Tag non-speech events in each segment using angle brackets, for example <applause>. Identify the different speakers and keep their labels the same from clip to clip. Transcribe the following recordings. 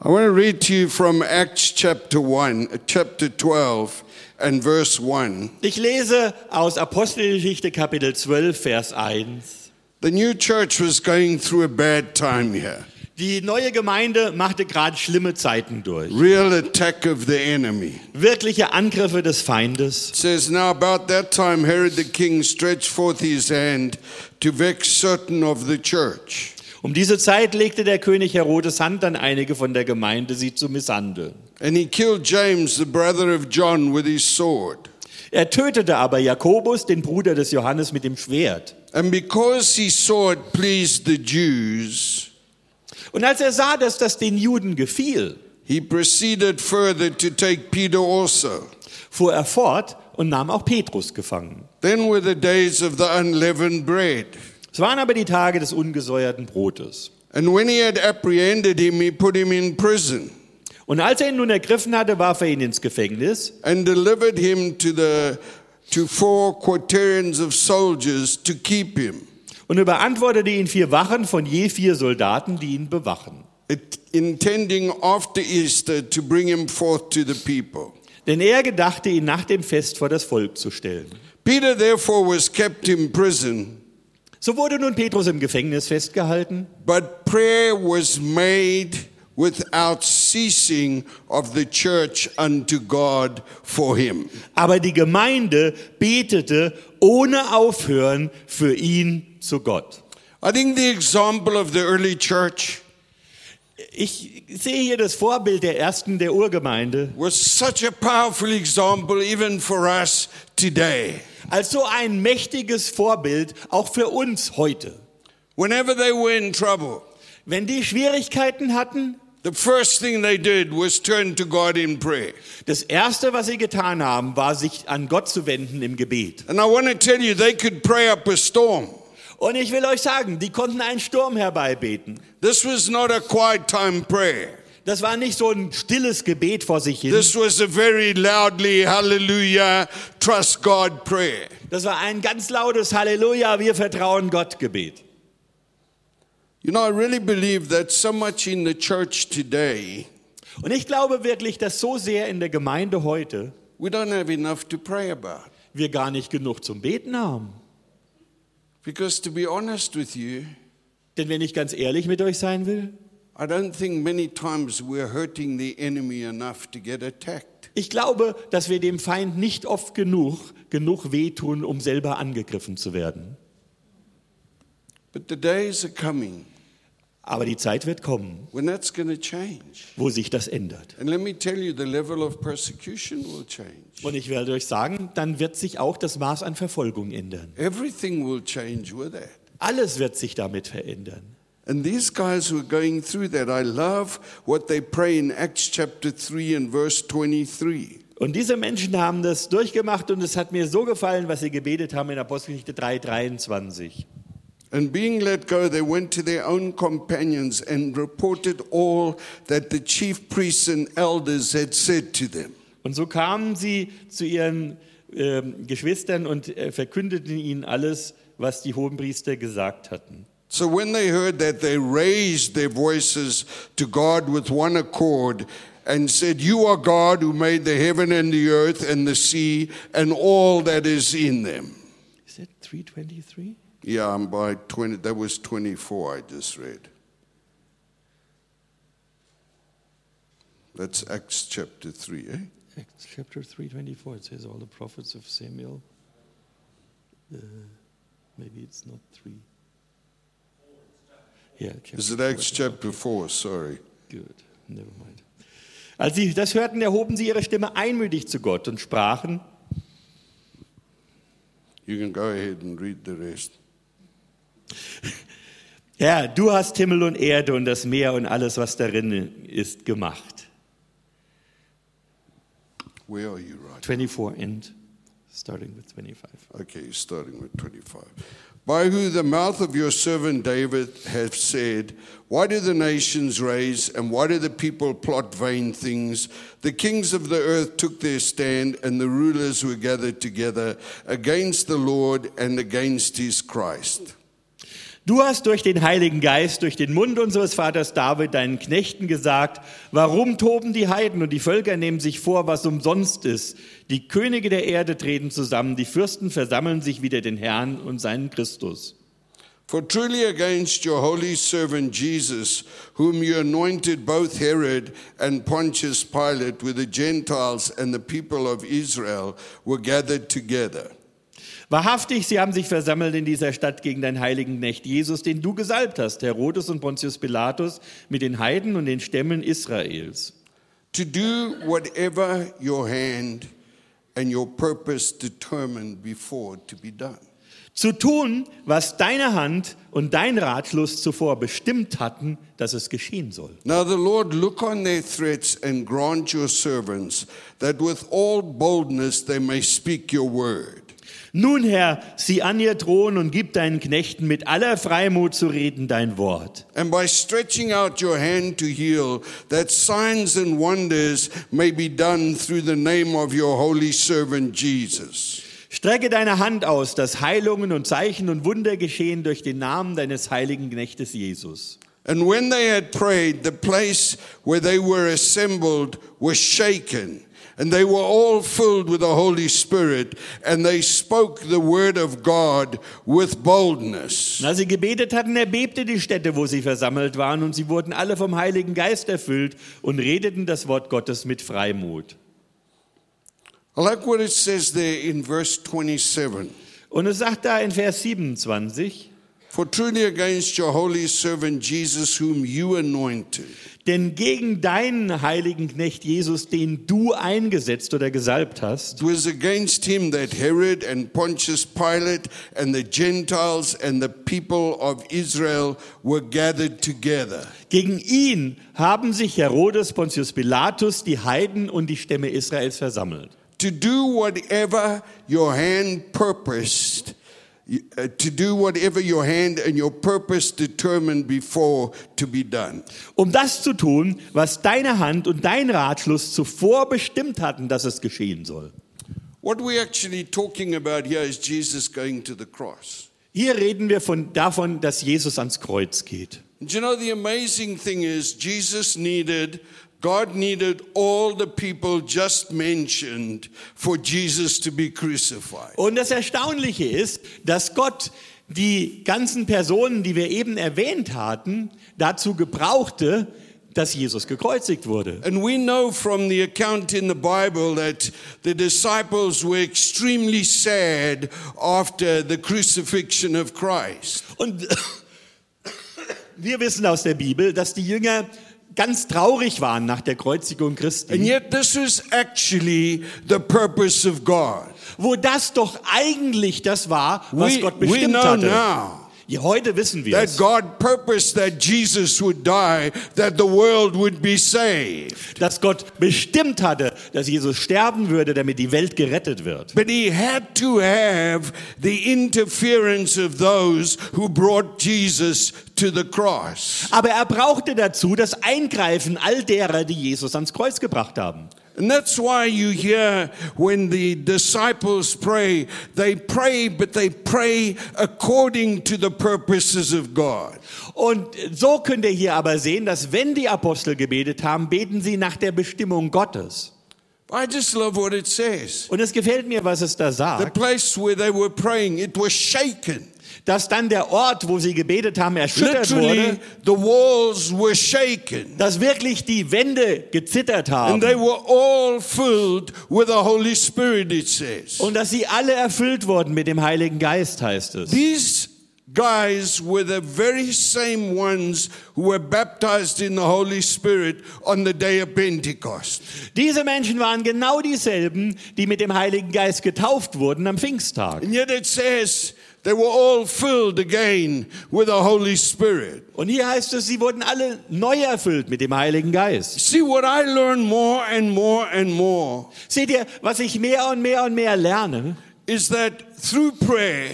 Speaker 1: I want to read to you from Acts chapter 1, chapter 12 and verse 1.
Speaker 2: Ich lese aus Apostelgeschichte Kapitel 12, Vers 1.
Speaker 1: The new church was going through a bad time here.
Speaker 2: Die neue Gemeinde machte gerade schlimme Zeiten durch.
Speaker 1: Real attack of the enemy.
Speaker 2: Wirkliche Angriffe des Feindes.
Speaker 1: It says, Now about that time Herod the king stretched forth his hand to vex certain of the church.
Speaker 2: Um diese Zeit legte der König Herodes Hand an einige von der Gemeinde, sie zu misshandeln.
Speaker 1: And he killed James, the brother of John, with his sword.
Speaker 2: Er tötete aber Jakobus, den Bruder des Johannes, mit dem Schwert.
Speaker 1: And because he saw it pleased the Jews,
Speaker 2: Und als er sah, dass das den Juden gefiel,
Speaker 1: he proceeded further to take Peter also.
Speaker 2: fuhr er fort und nahm auch Petrus gefangen.
Speaker 1: Then were the days of the unleavened bread.
Speaker 2: Es waren aber die Tage des ungesäuerten Brotes.
Speaker 1: And when he had apprehended him, he put him in prison
Speaker 2: Und als er ihn nun ergriffen hatte, warf er ihn ins Gefängnis
Speaker 1: and delivered him to the to four quaternions of soldiers to keep him.
Speaker 2: und überantwortete ihn vier Wachen von je vier Soldaten, die ihn bewachen.
Speaker 1: It, intending after Easter to bring him forth to the people.
Speaker 2: Denn er gedachte, ihn nach dem Fest vor das Volk zu stellen.
Speaker 1: Peter therefore was kept in prison,
Speaker 2: So wurde nun Petrus im Gefängnis festgehalten,
Speaker 1: but prayer was made without ceasing of the church unto God for him.
Speaker 2: aber die Gemeinde betete ohne Aufhören für ihn zu Gott.
Speaker 1: I think the example of the early church
Speaker 2: Ich sehe hier das Vorbild der ersten der Urgemeinde
Speaker 1: was such a powerful example even for us today.
Speaker 2: als so ein mächtiges Vorbild auch für uns heute.
Speaker 1: Whenever they were in trouble,
Speaker 2: Wenn die Schwierigkeiten hatten,
Speaker 1: the first thing they did was turn to God in prayer.
Speaker 2: das erste, was sie getan haben, war sich an Gott zu wenden im Gebet.
Speaker 1: And I want to tell you, they could pray up a storm.
Speaker 2: Und ich will euch sagen, die konnten einen Sturm herbeibeten.
Speaker 1: This was not a quiet time prayer.
Speaker 2: Das war nicht so ein stilles Gebet vor sich hin.
Speaker 1: This was a very loudly hallelujah, trust God prayer.
Speaker 2: Das war ein ganz lautes Halleluja, wir vertrauen Gott Gebet.
Speaker 1: You know, I really believe that so much in the church today,
Speaker 2: Und ich glaube wirklich, dass so sehr in der Gemeinde heute
Speaker 1: we don't have enough to pray about.
Speaker 2: wir gar nicht genug zum Beten haben.
Speaker 1: Because to be honest with you,
Speaker 2: Denn wenn ich ganz ehrlich mit euch sein will,
Speaker 1: I don't think many times we're hurting the enemy enough to get attacked.
Speaker 2: ich glaube, dass wir dem Feind nicht oft genug genug wehtun, um selber angegriffen zu werden.
Speaker 1: But the days are coming
Speaker 2: Aber die Zeit wird kommen,
Speaker 1: when that's going to change.
Speaker 2: wo sich das ändert.
Speaker 1: And let me tell you, the level of persecution will change.
Speaker 2: Und ich werde euch sagen, dann wird sich auch das Maß an Verfolgung ändern.
Speaker 1: Everything will change with it.
Speaker 2: Alles wird sich damit verändern.
Speaker 1: And these guys were going through that. I love what they pray in Acts chapter 3 and verse 23.
Speaker 2: Und diese Menschen haben das durchgemacht und es hat mir so gefallen, was sie gebetet haben in Apostelgeschichte 3,23.
Speaker 1: And being let go, they went to their own companions and reported all that the chief priests and elders had said to them.
Speaker 2: Und so kamen sie zu ihren ähm, Geschwistern und äh, verkündeten ihnen alles, was die Hohenpriester gesagt hatten.
Speaker 1: So when they heard that, they raised their voices to God with one accord and said, You are God who made the heaven and the earth and the sea and all that is in them.
Speaker 2: Is it 323?
Speaker 1: Yeah, I'm by 20, that was 24 I just read. That's Acts chapter 3, eh?
Speaker 2: Acts chapter 324, it says all the prophets of Samuel. Uh, maybe it's not 3. Yeah,
Speaker 1: Is it Acts chapter 4? Sorry.
Speaker 2: Good, never mind. Als sie das hörten, erhoben sie ihre Stimme einmütig zu Gott und sprachen,
Speaker 1: You can go ahead and read the rest.
Speaker 2: Herr, du hast Himmel und Erde und das Meer und alles, was darin ist, gemacht.
Speaker 1: Where are you right
Speaker 2: 24 and starting with 25.
Speaker 1: Okay, starting with 25. By who the mouth of your servant David hath said, Why do the nations raise, and why do the people plot vain things? The kings of the earth took their stand, and the rulers were gathered together against the Lord and against his Christ.
Speaker 2: Du hast durch den Heiligen Geist, durch den Mund unseres Vaters David deinen Knechten gesagt, warum toben die Heiden und die Völker nehmen sich vor, was umsonst ist. Die Könige der Erde treten zusammen, die Fürsten versammeln sich wieder den Herrn und seinen Christus.
Speaker 1: For truly against your holy servant Jesus, whom you anointed both Herod and Pontius Pilate with the Gentiles and the people of Israel, were gathered together.
Speaker 2: Wahrhaftig, sie haben sich versammelt in dieser Stadt gegen deinen heiligen Knecht Jesus, den du gesalbt hast, Herodes und Pontius Pilatus, mit den Heiden und den Stämmen Israels.
Speaker 1: to do whatever your hand and your purpose determined before to be done.
Speaker 2: Zu tun, was deine Hand und dein Ratschluss zuvor bestimmt hatten, dass es geschehen soll.
Speaker 1: Now the Lord look on their threats and grant your servants that with all boldness they may speak your word.
Speaker 2: Nun, Herr, sieh an ihr Thron und gib deinen Knechten mit aller Freimut zu reden dein Wort.
Speaker 1: And by stretching out your hand to heal, that signs and wonders may be done through the name of your holy servant Jesus.
Speaker 2: Strecke deine Hand aus, dass Heilungen und Zeichen und Wunder geschehen durch den Namen deines heiligen Knechtes Jesus.
Speaker 1: And when they had prayed, the place where they were assembled was shaken, and they were all filled with the Holy Spirit, and they spoke the word of God with boldness.
Speaker 2: Und als sie gebetet hatten, erbebte die Stätte, wo sie versammelt waren, und sie wurden alle vom Heiligen Geist erfüllt und redeten das Wort Gottes mit Freimut.
Speaker 1: I like what it says there in verse 27
Speaker 2: Und es sagt da in Vers 27,
Speaker 1: For truly against your holy servant Jesus, whom you anointed,
Speaker 2: denn gegen deinen heiligen Knecht Jesus, den du eingesetzt oder gesalbt hast,
Speaker 1: it was against him that Herod and Pontius Pilate and the Gentiles and the people of Israel were gathered together.
Speaker 2: Gegen ihn haben sich Herodes, Pontius Pilatus, die Heiden und die Stämme Israels versammelt.
Speaker 1: to do whatever your hand purposed, uh, to do whatever your hand and your purpose determined before to be done.
Speaker 2: Um das zu tun, was deine Hand und dein Ratschluss zuvor bestimmt hatten, dass es geschehen soll.
Speaker 1: What we're actually talking about here is Jesus going to the cross.
Speaker 2: Hier reden wir von, davon, dass Jesus ans Kreuz geht.
Speaker 1: Do you know the amazing thing is Jesus needed, God needed all the people just mentioned for Jesus to be crucified.
Speaker 2: Und das Erstaunliche ist, dass Gott die ganzen Personen, die wir eben erwähnt hatten, dazu gebrauchte, dass Jesus gekreuzigt wurde.
Speaker 1: And we know from the account in the Bible that the disciples were extremely sad after the crucifixion of Christ.
Speaker 2: Und <coughs> wir wissen aus der Bibel, dass die Jünger ganz traurig waren nach der Kreuzigung
Speaker 1: And
Speaker 2: Christi,
Speaker 1: yet, this is actually the purpose of God.
Speaker 2: wo das doch eigentlich das war, was
Speaker 1: We,
Speaker 2: Gott
Speaker 1: we
Speaker 2: bestimmt
Speaker 1: know
Speaker 2: hatte.
Speaker 1: now
Speaker 2: Ja, heute wissen wir
Speaker 1: that
Speaker 2: es,
Speaker 1: God purposed that Jesus would die, that the world would be saved.
Speaker 2: dass Gott bestimmt hatte, dass Jesus sterben würde, damit die Welt gerettet wird.
Speaker 1: But he had to have the interference of those who brought Jesus to the cross.
Speaker 2: Aber er brauchte dazu das Eingreifen all derer, die Jesus ans Kreuz gebracht haben.
Speaker 1: And that's why you hear when the disciples pray, they pray, but they pray according to the purposes of God.
Speaker 2: Und so könnt ihr hier aber sehen, dass wenn die Apostel gebetet haben, beten sie nach der Bestimmung Gottes.
Speaker 1: I just love what it says.
Speaker 2: Und es gefällt mir, was es da sagt.
Speaker 1: The place where they were praying, it was shaken.
Speaker 2: dass dann der Ort, wo sie gebetet haben, erschüttert
Speaker 1: Literally,
Speaker 2: wurde,
Speaker 1: the walls were shaken.
Speaker 2: dass wirklich die Wände gezittert
Speaker 1: And
Speaker 2: haben
Speaker 1: they were all filled with the Holy Spirit, it says.
Speaker 2: und dass sie alle erfüllt wurden mit dem Heiligen Geist, heißt es.
Speaker 1: These guys were the very same ones who were baptized in the Holy Spirit on the day of Pentecost.
Speaker 2: Diese Menschen waren genau dieselben, die mit dem Heiligen Geist getauft wurden am Pfingsttag.
Speaker 1: And yet it says they were all filled again with the Holy Spirit.
Speaker 2: Und hier heißt es, sie wurden alle neu erfüllt mit dem Heiligen Geist.
Speaker 1: See, what I learn more and more and more
Speaker 2: Seht ihr, was ich mehr und mehr und mehr lerne,
Speaker 1: is that through prayer,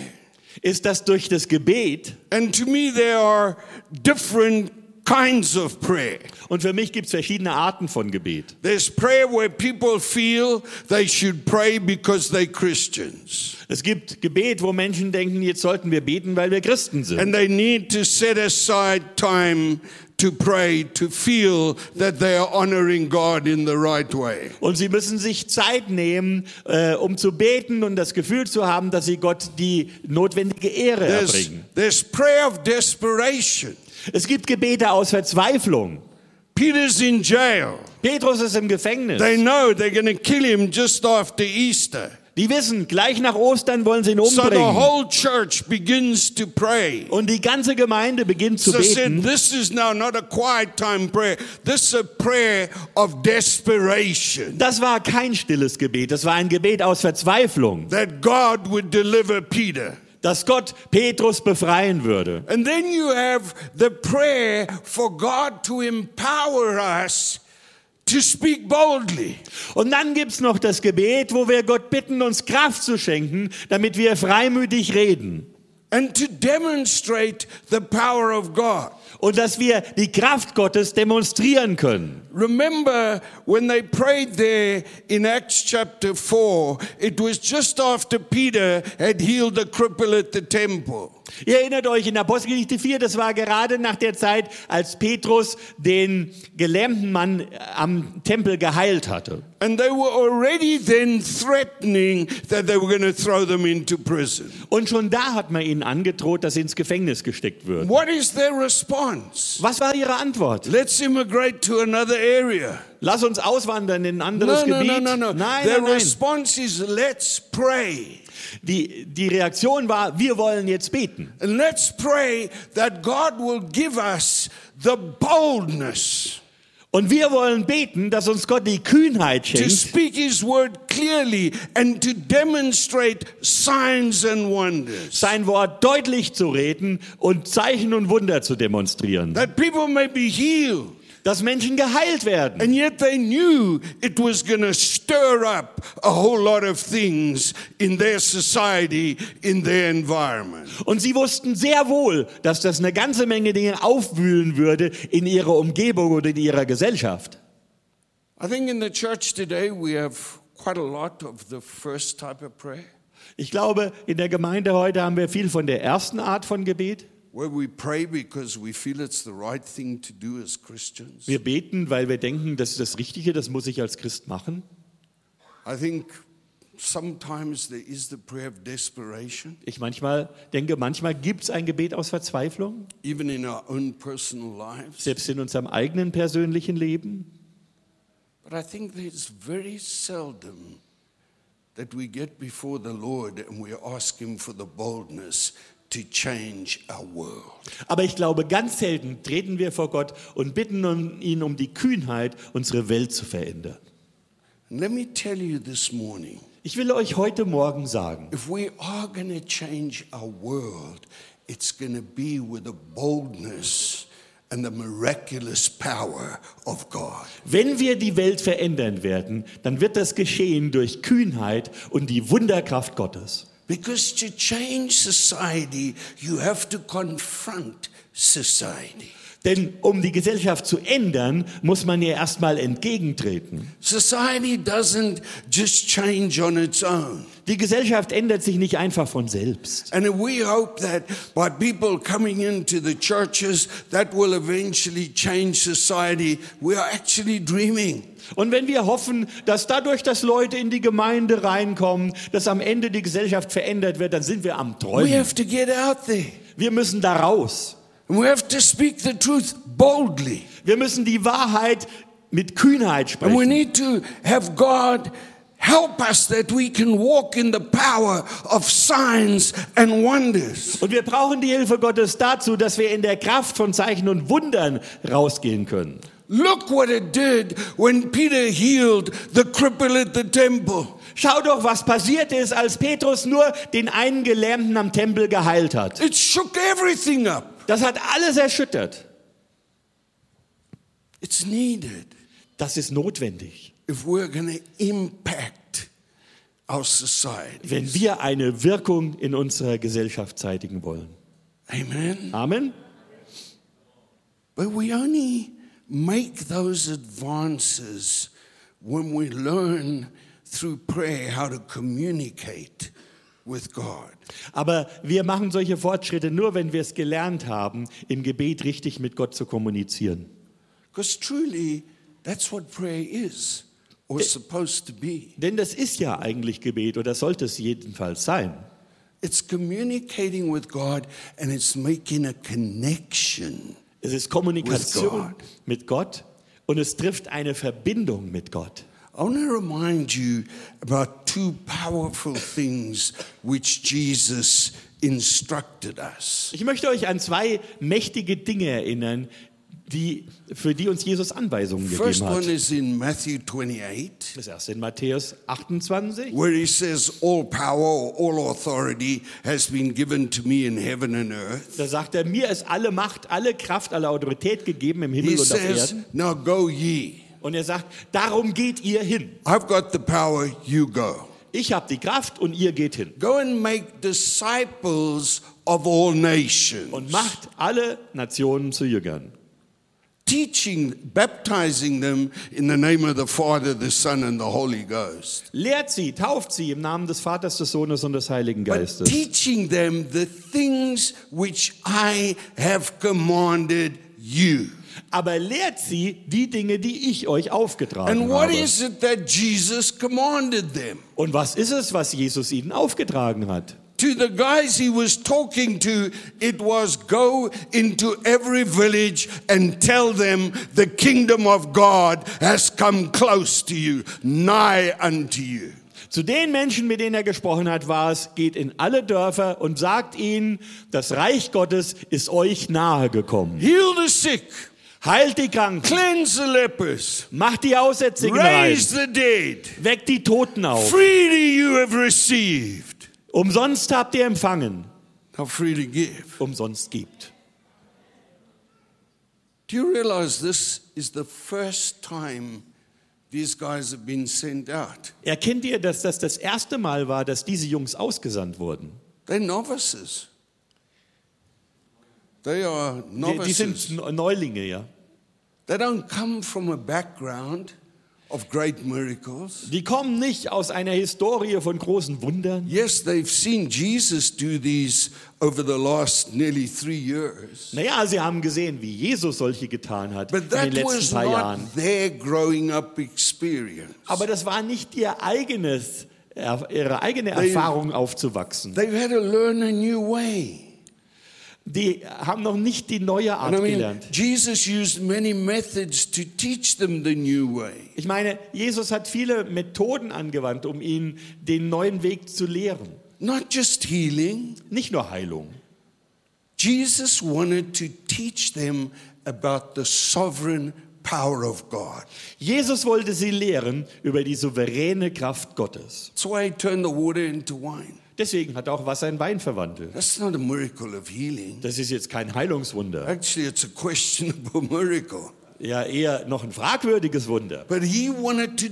Speaker 2: ist, dass durch das Gebet
Speaker 1: and to me there are different kinds of prayer.
Speaker 2: Und für mich gibt es verschiedene Arten von Gebet.
Speaker 1: There's prayer where people feel they should pray because they're Christians
Speaker 2: Es gibt Gebet, wo Menschen denken, jetzt sollten wir beten, weil wir Christen sind.
Speaker 1: and they need to set aside time to pray to feel that they are honoring God in the right way.
Speaker 2: Und sie müssen sich Zeit nehmen, äh, um zu beten und das Gefühl zu haben, dass sie Gott die notwendige Ehre
Speaker 1: There's,
Speaker 2: erbringen.
Speaker 1: there's prayer of desperation.
Speaker 2: Es gibt Gebete aus Verzweiflung.
Speaker 1: Peter's in jail.
Speaker 2: Petrus ist im Gefängnis.
Speaker 1: They know they're going to kill him just after Easter.
Speaker 2: Die wissen, gleich nach Ostern wollen sie ihn
Speaker 1: So the
Speaker 2: umbringen.
Speaker 1: whole church begins to pray.
Speaker 2: Und die ganze Gemeinde beginnt zu
Speaker 1: So said,
Speaker 2: beten.
Speaker 1: this is now not a quiet time prayer. This is a prayer of desperation
Speaker 2: Das war kein stilles Gebet, das war ein Gebet aus Verzweiflung,
Speaker 1: that God would deliver Peter.
Speaker 2: dass Gott Petrus befreien würde.
Speaker 1: And then you have the prayer for God to empower us to speak boldly.
Speaker 2: Und dann gibt's noch das Gebet, wo wir Gott bitten, uns Kraft zu schenken, damit wir freimütig reden.
Speaker 1: and to demonstrate the power of God.
Speaker 2: und dass wir die Kraft Gottes demonstrieren können.
Speaker 1: Remember when they prayed there in Acts chapter 4, it was just after Peter had healed the cripple at the temple.
Speaker 2: Ihr erinnert euch in Apostelgeschichte 4, das war gerade nach der Zeit, als Petrus den gelähmten Mann äh, am Tempel geheilt hatte.
Speaker 1: And they were already then threatening that they were going to throw them into prison.
Speaker 2: Und schon da hat man ihnen angedroht, dass sie ins Gefängnis gesteckt würden.
Speaker 1: What is their response?
Speaker 2: Was war ihre Antwort?
Speaker 1: Let's immigrate to another area.
Speaker 2: Lass uns auswandern in ein
Speaker 1: No, no,
Speaker 2: anderes
Speaker 1: no,
Speaker 2: Gebiet?
Speaker 1: no, no.
Speaker 2: Nein,
Speaker 1: Their
Speaker 2: nein, nein.
Speaker 1: response is let's pray.
Speaker 2: Die, die Reaktion war, wir wollen jetzt beten.
Speaker 1: And let's pray that God will give us the boldness
Speaker 2: Und wir wollen beten, dass uns Gott die Kühnheit
Speaker 1: to
Speaker 2: schenkt,
Speaker 1: speak His word clearly and to demonstrate signs and wonders.
Speaker 2: sein Wort deutlich zu reden und Zeichen und Wunder zu demonstrieren.
Speaker 1: That people may be healed.
Speaker 2: dass Menschen geheilt werden.
Speaker 1: And yet they knew it was going to stir up a whole lot of things in their society, in their environment.
Speaker 2: Und sie wussten sehr wohl, dass das eine ganze Menge Dinge aufwühlen würde in ihrer Umgebung oder in ihrer Gesellschaft.
Speaker 1: I think in the church today we have quite a lot of the first type of prayer
Speaker 2: Ich glaube, in der Gemeinde heute haben wir viel von der ersten Art von Gebet.
Speaker 1: where we pray because we feel it's the right thing to do as Christians.
Speaker 2: Wir beten, weil wir denken, das ist das Richtige, das muss ich als Christ machen.
Speaker 1: I think sometimes there is the prayer of desperation,
Speaker 2: Ich manchmal denke, manchmal gibt es ein Gebet aus Verzweiflung,
Speaker 1: even in our own personal lives.
Speaker 2: selbst in unserem eigenen persönlichen Leben.
Speaker 1: But I think that it's very seldom that we get before the Lord and we ask Him for the boldness to change our world.
Speaker 2: Aber ich glaube, ganz selten treten wir vor Gott und bitten um- ihn um die Kühnheit, unsere Welt zu verändern.
Speaker 1: And let me tell you this morning
Speaker 2: Ich will euch heute Morgen sagen,
Speaker 1: if we are going to change our world, it's going to be with the boldness and the miraculous power of God.
Speaker 2: wenn wir die Welt verändern werden, dann wird das geschehen durch Kühnheit und die Wunderkraft Gottes.
Speaker 1: Because to change society, you have to confront society.
Speaker 2: Denn um die Gesellschaft zu ändern, muss man ihr erstmal entgegentreten.
Speaker 1: Society doesn't just change on its own.
Speaker 2: Die Gesellschaft ändert sich nicht einfach von selbst.
Speaker 1: And we hope that by people coming into the churches, that will eventually change society. We are actually dreaming.
Speaker 2: Und wenn wir hoffen, dass dadurch, dass Leute in die Gemeinde reinkommen, dass am Ende die Gesellschaft verändert wird, dann sind wir am
Speaker 1: We
Speaker 2: Träumen.
Speaker 1: have to get out there.
Speaker 2: Wir müssen da raus.
Speaker 1: And we have to speak the truth boldly.
Speaker 2: Wir müssen die Wahrheit mit Kühnheit
Speaker 1: And we
Speaker 2: sprechen.
Speaker 1: need to have God help us that we can walk in the power of signs and wonders.
Speaker 2: Und wir brauchen die Hilfe Gottes dazu, dass wir in der Kraft von Zeichen und Wundern rausgehen können.
Speaker 1: Look what it did when Peter healed the cripple at the temple.
Speaker 2: Schau doch, was passiert ist, als Petrus nur den einen Gelähmten am Tempel geheilt hat.
Speaker 1: It shook everything up.
Speaker 2: Das hat alles erschüttert.
Speaker 1: It's needed
Speaker 2: Das ist notwendig.
Speaker 1: if we're going to impact our society.
Speaker 2: Wenn wir eine Wirkung in unserer Gesellschaft zeitigen wollen.
Speaker 1: Amen.
Speaker 2: Amen.
Speaker 1: But we only make those advances when we learn through prayer how to communicate with God.
Speaker 2: Aber wir machen solche Fortschritte nur, wenn wir es gelernt haben, im Gebet richtig mit Gott zu kommunizieren.
Speaker 1: Because truly, that's what prayer is or supposed to be.
Speaker 2: Denn das ist ja eigentlich Gebet oder sollte es jedenfalls sein.
Speaker 1: It's communicating with God and it's making a connection.
Speaker 2: Es ist
Speaker 1: With
Speaker 2: Kommunikation
Speaker 1: God.
Speaker 2: mit Gott und es trifft eine Verbindung mit Gott.
Speaker 1: I want to remind you about two powerful things which Jesus instructed us.
Speaker 2: Ich möchte euch an zwei mächtige Dinge erinnern, die, für die uns Jesus Anweisungen
Speaker 1: First
Speaker 2: gegeben
Speaker 1: one
Speaker 2: hat.
Speaker 1: is in Matthew 28,
Speaker 2: Das erste in Matthäus 28.
Speaker 1: where he says, All power or all authority has been given to me in heaven and earth.
Speaker 2: Da sagt er, mir ist alle Macht, alle Kraft, alle Autorität gegeben im Himmel
Speaker 1: He
Speaker 2: und auf
Speaker 1: says,
Speaker 2: Erden.
Speaker 1: Now go ye.
Speaker 2: Und er sagt, darum geht ihr hin.
Speaker 1: I've got the power, you go.
Speaker 2: Ich habe die Kraft und ihr geht hin.
Speaker 1: Go and make disciples of all
Speaker 2: Und
Speaker 1: nations,
Speaker 2: macht alle Nationen zu Jüngern.
Speaker 1: teaching, baptizing them in the name of the Father, the Son, and the Holy Ghost.
Speaker 2: Lehrt sie, tauft sie im Namen des Vaters, des Sohnes und des Heiligen
Speaker 1: but
Speaker 2: Geistes.
Speaker 1: teaching them the things which I have commanded you.
Speaker 2: Aber lehrt sie die Dinge, die ich euch aufgetragen
Speaker 1: And what
Speaker 2: habe.
Speaker 1: is it that Jesus commanded them?
Speaker 2: Und was ist es, was Jesus ihnen aufgetragen hat?
Speaker 1: To the guys he was talking to, it was go into every village and tell them the kingdom of God has come close to you, nigh unto you.
Speaker 2: Zu den Menschen, mit denen er gesprochen hat, war es, geht in alle Dörfer und sagt ihnen, das Reich Gottes ist euch nahe gekommen.
Speaker 1: Heal the sick,
Speaker 2: Heilt die Kranken,
Speaker 1: cleanse the lepers,
Speaker 2: macht die Aussätzigen rein,
Speaker 1: raise the dead,
Speaker 2: weckt die Toten auf.
Speaker 1: freely you have received.
Speaker 2: Umsonst habt ihr empfangen,
Speaker 1: Now freely give.
Speaker 2: umsonst gibt.
Speaker 1: Do you realize this is the first time these guys have been sent out?
Speaker 2: Erkennt ihr, dass das das erste Mal war, dass diese Jungs ausgesandt wurden?
Speaker 1: They're novices. They are
Speaker 2: Die, die
Speaker 1: novices.
Speaker 2: sind Neu- Neulinge, ja.
Speaker 1: They don't come from a background of great miracles.
Speaker 2: Die kommen nicht aus einer Historie von großen Wundern.
Speaker 1: Yes, they've seen Jesus do these over the last nearly three years.
Speaker 2: Naja, sie haben gesehen, wie Jesus solche getan hat in
Speaker 1: But
Speaker 2: den
Speaker 1: that
Speaker 2: letzten
Speaker 1: was
Speaker 2: paar
Speaker 1: not
Speaker 2: Jahren.
Speaker 1: their growing up experience.
Speaker 2: Aber das war nicht ihr eigenes, er- ihre eigene Erfahrung aufzuwachsen.
Speaker 1: They've had to learn a new way.
Speaker 2: Die haben noch nicht die neue Art
Speaker 1: And I mean,
Speaker 2: gelernt.
Speaker 1: Jesus used many methods to teach them the new way.
Speaker 2: Ich meine, Jesus hat viele Methoden angewandt, um ihnen den neuen Weg zu lehren.
Speaker 1: Not just healing,
Speaker 2: Nicht nur Heilung.
Speaker 1: Jesus wanted to teach them about the sovereign power of God.
Speaker 2: Jesus wollte sie lehren über die souveräne Kraft Gottes.
Speaker 1: That's why he turned the water into wine.
Speaker 2: Deswegen hat er auch Wasser in Wein verwandelt.
Speaker 1: That's not a miracle of healing.
Speaker 2: Das ist jetzt kein Heilungswunder.
Speaker 1: Actually, it's a questionable <laughs> miracle.
Speaker 2: Ja, eher noch ein fragwürdiges Wunder.
Speaker 1: But he wanted to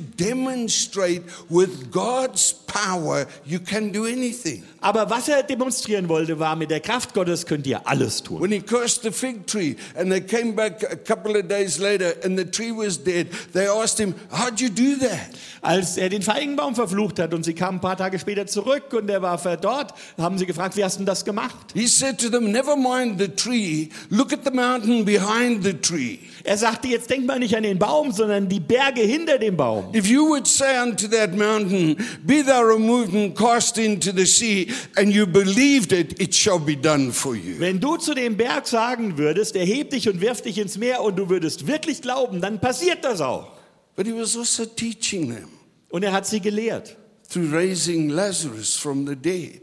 Speaker 1: demonstrate with God's power, you can do anything.
Speaker 2: Aber was er demonstrieren wollte, war, mit der Kraft Gottes könnt ihr alles tun.
Speaker 1: When he cursed the fig tree and they came back a couple of days later and the tree was dead, they asked him, How'd you do that?
Speaker 2: Als er den Feigenbaum verflucht hat und sie kamen ein paar Tage später zurück und er war verdorrt, haben sie gefragt, wie hast du denn das gemacht?
Speaker 1: He said to them, Never mind the tree, look at the mountain behind the tree.
Speaker 2: Er sagte, jetzt denk mal nicht an den Baum, sondern die Berge hinter dem Baum.
Speaker 1: If you would say unto that mountain, Be thou removed and cast into the sea, and you believed it, it shall be done for you.
Speaker 2: Wenn du zu dem Berg sagen würdest, erheb dich und wirf dich ins Meer und du würdest wirklich glauben, dann passiert das auch.
Speaker 1: But he was also teaching them
Speaker 2: Und er hat sie gelehrt,
Speaker 1: through raising Lazarus from the dead,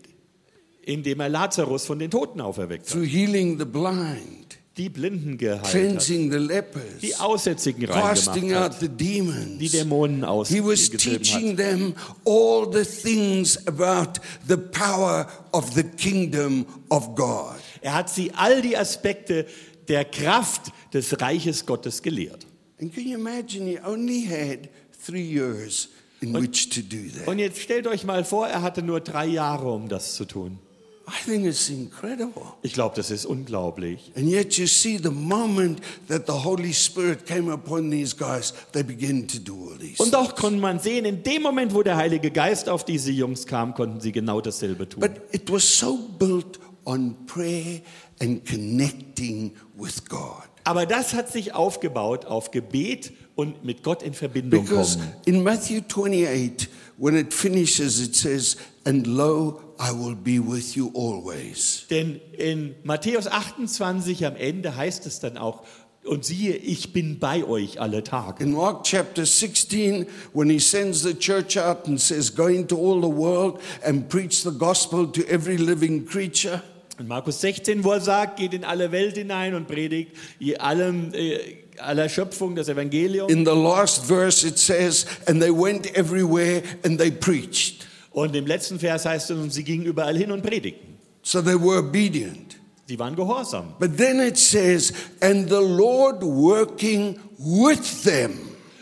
Speaker 2: indem er Lazarus von den Toten auferweckt hat,
Speaker 1: through healing the blind,
Speaker 2: die Blinden geheilt hat,
Speaker 1: cleansing the
Speaker 2: die
Speaker 1: lepers,
Speaker 2: Aussätzigen
Speaker 1: casting
Speaker 2: reingemacht
Speaker 1: out
Speaker 2: hat,
Speaker 1: the
Speaker 2: die
Speaker 1: demons.
Speaker 2: Dämonen
Speaker 1: He was
Speaker 2: ausgetrieben
Speaker 1: teaching
Speaker 2: hat.
Speaker 1: them all the things about the power of the kingdom of God.
Speaker 2: Er hat sie all die Aspekte der Kraft des Reiches Gottes gelehrt.
Speaker 1: And can you imagine? He only had three years in which to do that.
Speaker 2: Und jetzt stellt euch mal vor, er hatte nur drei Jahre, um das zu tun.
Speaker 1: I think it's incredible.
Speaker 2: Ich glaube, das ist unglaublich.
Speaker 1: And yet, you see, the moment that the Holy Spirit came upon these guys, they begin to do all these.
Speaker 2: Und doch konnte man sehen, in dem Moment, wo der Heilige Geist auf diese Jungs kam, konnten sie genau dasselbe tun.
Speaker 1: But it was so built on prayer and connecting with God.
Speaker 2: Aber das hat sich aufgebaut auf Gebet und mit Gott in Verbindung
Speaker 1: Because
Speaker 2: kommen.
Speaker 1: in Matthew 28, when it finishes, it says, And lo, I will be with you always.
Speaker 2: Denn in Matthäus 28 am Ende heißt es dann auch, und siehe, ich bin bei euch alle Tage.
Speaker 1: In Mark chapter 16, when he sends the church out and says, Go into all the world and preach the gospel to every living creature.
Speaker 2: In Markus 16, wo er sagt, geht in alle Welt hinein und predigt je allem, äh, aller Schöpfung das Evangelium.
Speaker 1: In the last verse, it says, And they went everywhere and they preached.
Speaker 2: Und im letzten Vers heißt es, und sie gingen überall hin und predigten.
Speaker 1: So they were obedient.
Speaker 2: Sie waren gehorsam.
Speaker 1: But then it says, And the Lord working with them,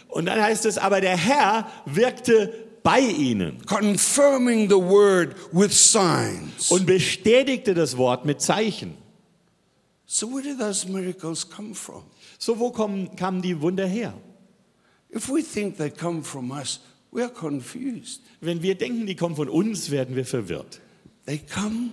Speaker 2: Und dann heißt es, aber der Herr wirkte bei ihnen
Speaker 1: confirming the word with signs.
Speaker 2: und bestätigte das Wort mit Zeichen.
Speaker 1: So, where did those miracles come from?
Speaker 2: So, wo kommen, kamen die Wunder her?
Speaker 1: If we think they come from us, we are confused.
Speaker 2: Wenn wir denken, die kommen von uns, werden wir verwirrt.
Speaker 1: They come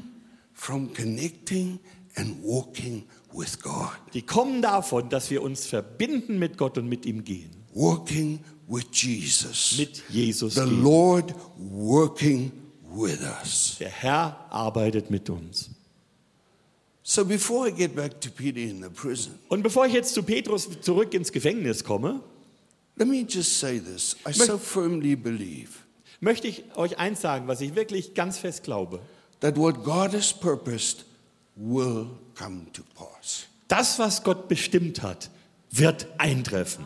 Speaker 1: from connecting and walking with God,
Speaker 2: Die kommen davon, dass wir uns verbinden mit Gott und mit ihm gehen.
Speaker 1: walking with Jesus,
Speaker 2: Mit Jesus
Speaker 1: the
Speaker 2: gehen.
Speaker 1: Lord working with us.
Speaker 2: Der Herr arbeitet mit uns.
Speaker 1: So, before I get back to Peter in the prison,
Speaker 2: Und bevor ich jetzt zu Petrus zurück ins Gefängnis komme,
Speaker 1: let me just say this. I so firmly believe
Speaker 2: möchte ich euch eins sagen, was ich wirklich ganz fest glaube.
Speaker 1: that what God has purposed will come to pass.
Speaker 2: Das, was Gott bestimmt hat, wird eintreffen.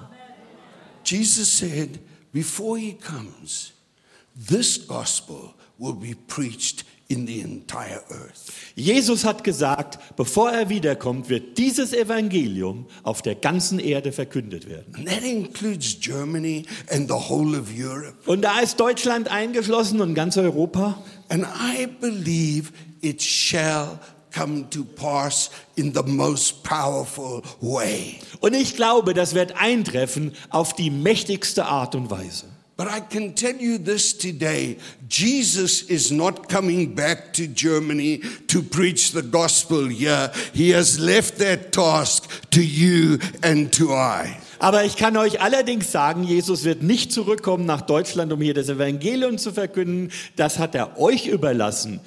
Speaker 1: Jesus said, before he comes, this gospel will be preached in the entire earth.
Speaker 2: Jesus hat gesagt, bevor er wiederkommt, wird dieses Evangelium auf der ganzen Erde verkündet werden.
Speaker 1: And that includes Germany and the whole of Europe.
Speaker 2: Und da ist Deutschland eingeschlossen und ganz Europa.
Speaker 1: And I believe it shall come to pass in the most powerful way.
Speaker 2: Und ich glaube, das wird eintreffen auf die mächtigste Art und Weise.
Speaker 1: But I can tell you this today Jesus is not coming back to Germany to preach the gospel here. He has left that task to you and to I.
Speaker 2: Aber ich kann euch allerdings sagen, Jesus wird nicht zurückkommen nach Deutschland, um hier das Evangelium zu verkünden. Das hat er euch überlassen,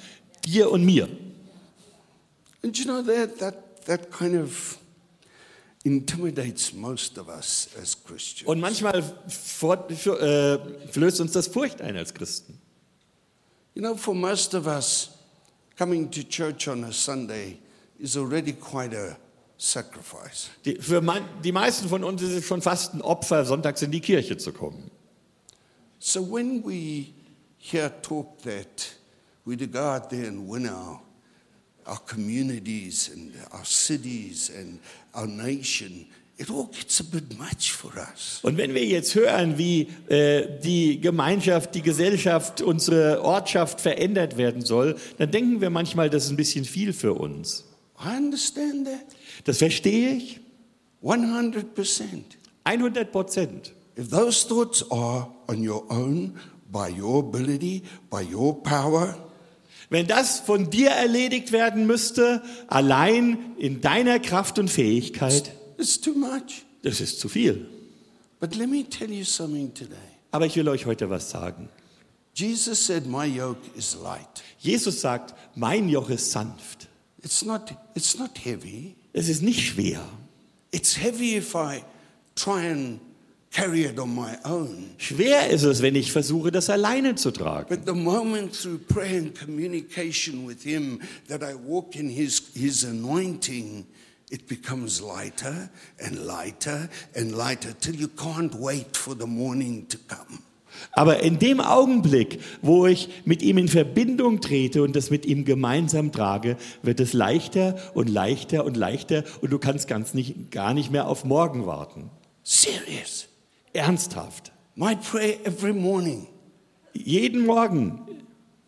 Speaker 2: dir und mir.
Speaker 1: And you know that that that kind of intimidates most of us as Christians.
Speaker 2: Und manchmal fort, äh, flößt uns das Furcht ein als Christen.
Speaker 1: You know, for most of us, coming to church on a Sunday is already quite a sacrifice.
Speaker 2: Die, für man, die meisten von uns ist es schon fast ein Opfer, sonntags in die Kirche zu kommen.
Speaker 1: So when we hear talk that we to go out there and win our our communities and our cities and our nation, it all gets a bit much for us.
Speaker 2: Und wenn wir jetzt hören, wie äh, die Gemeinschaft, die Gesellschaft, unsere Ortschaft verändert werden soll, dann denken wir manchmal, das ist ein bisschen viel für uns.
Speaker 1: I understand that
Speaker 2: Das verstehe ich
Speaker 1: 100%.
Speaker 2: 100 Prozent.
Speaker 1: If those thoughts are on your own, by your ability, by your power,
Speaker 2: Wenn das von dir erledigt werden müsste, allein in deiner Kraft und Fähigkeit,
Speaker 1: it's too much.
Speaker 2: das ist zu viel.
Speaker 1: But let me tell you something today.
Speaker 2: Aber ich will euch heute was sagen.
Speaker 1: Jesus said, My yoke is light.
Speaker 2: Jesus sagt, mein Joch ist sanft.
Speaker 1: It's not, it's not heavy.
Speaker 2: Es ist nicht schwer.
Speaker 1: It's heavy if I try and carry it on my own.
Speaker 2: Schwer ist es, wenn ich versuche, das alleine zu tragen.
Speaker 1: But the moment through prayer and communication with Him that I walk in His, his anointing, it becomes lighter and lighter and lighter till you can't wait for the morning to come.
Speaker 2: Aber in dem Augenblick, wo ich mit ihm in Verbindung trete und das mit ihm gemeinsam trage, wird es leichter und leichter und leichter und du kannst ganz nicht, gar nicht mehr auf morgen warten.
Speaker 1: Serious.
Speaker 2: Ernsthaft.
Speaker 1: My prayer every morning
Speaker 2: Jeden Morgen.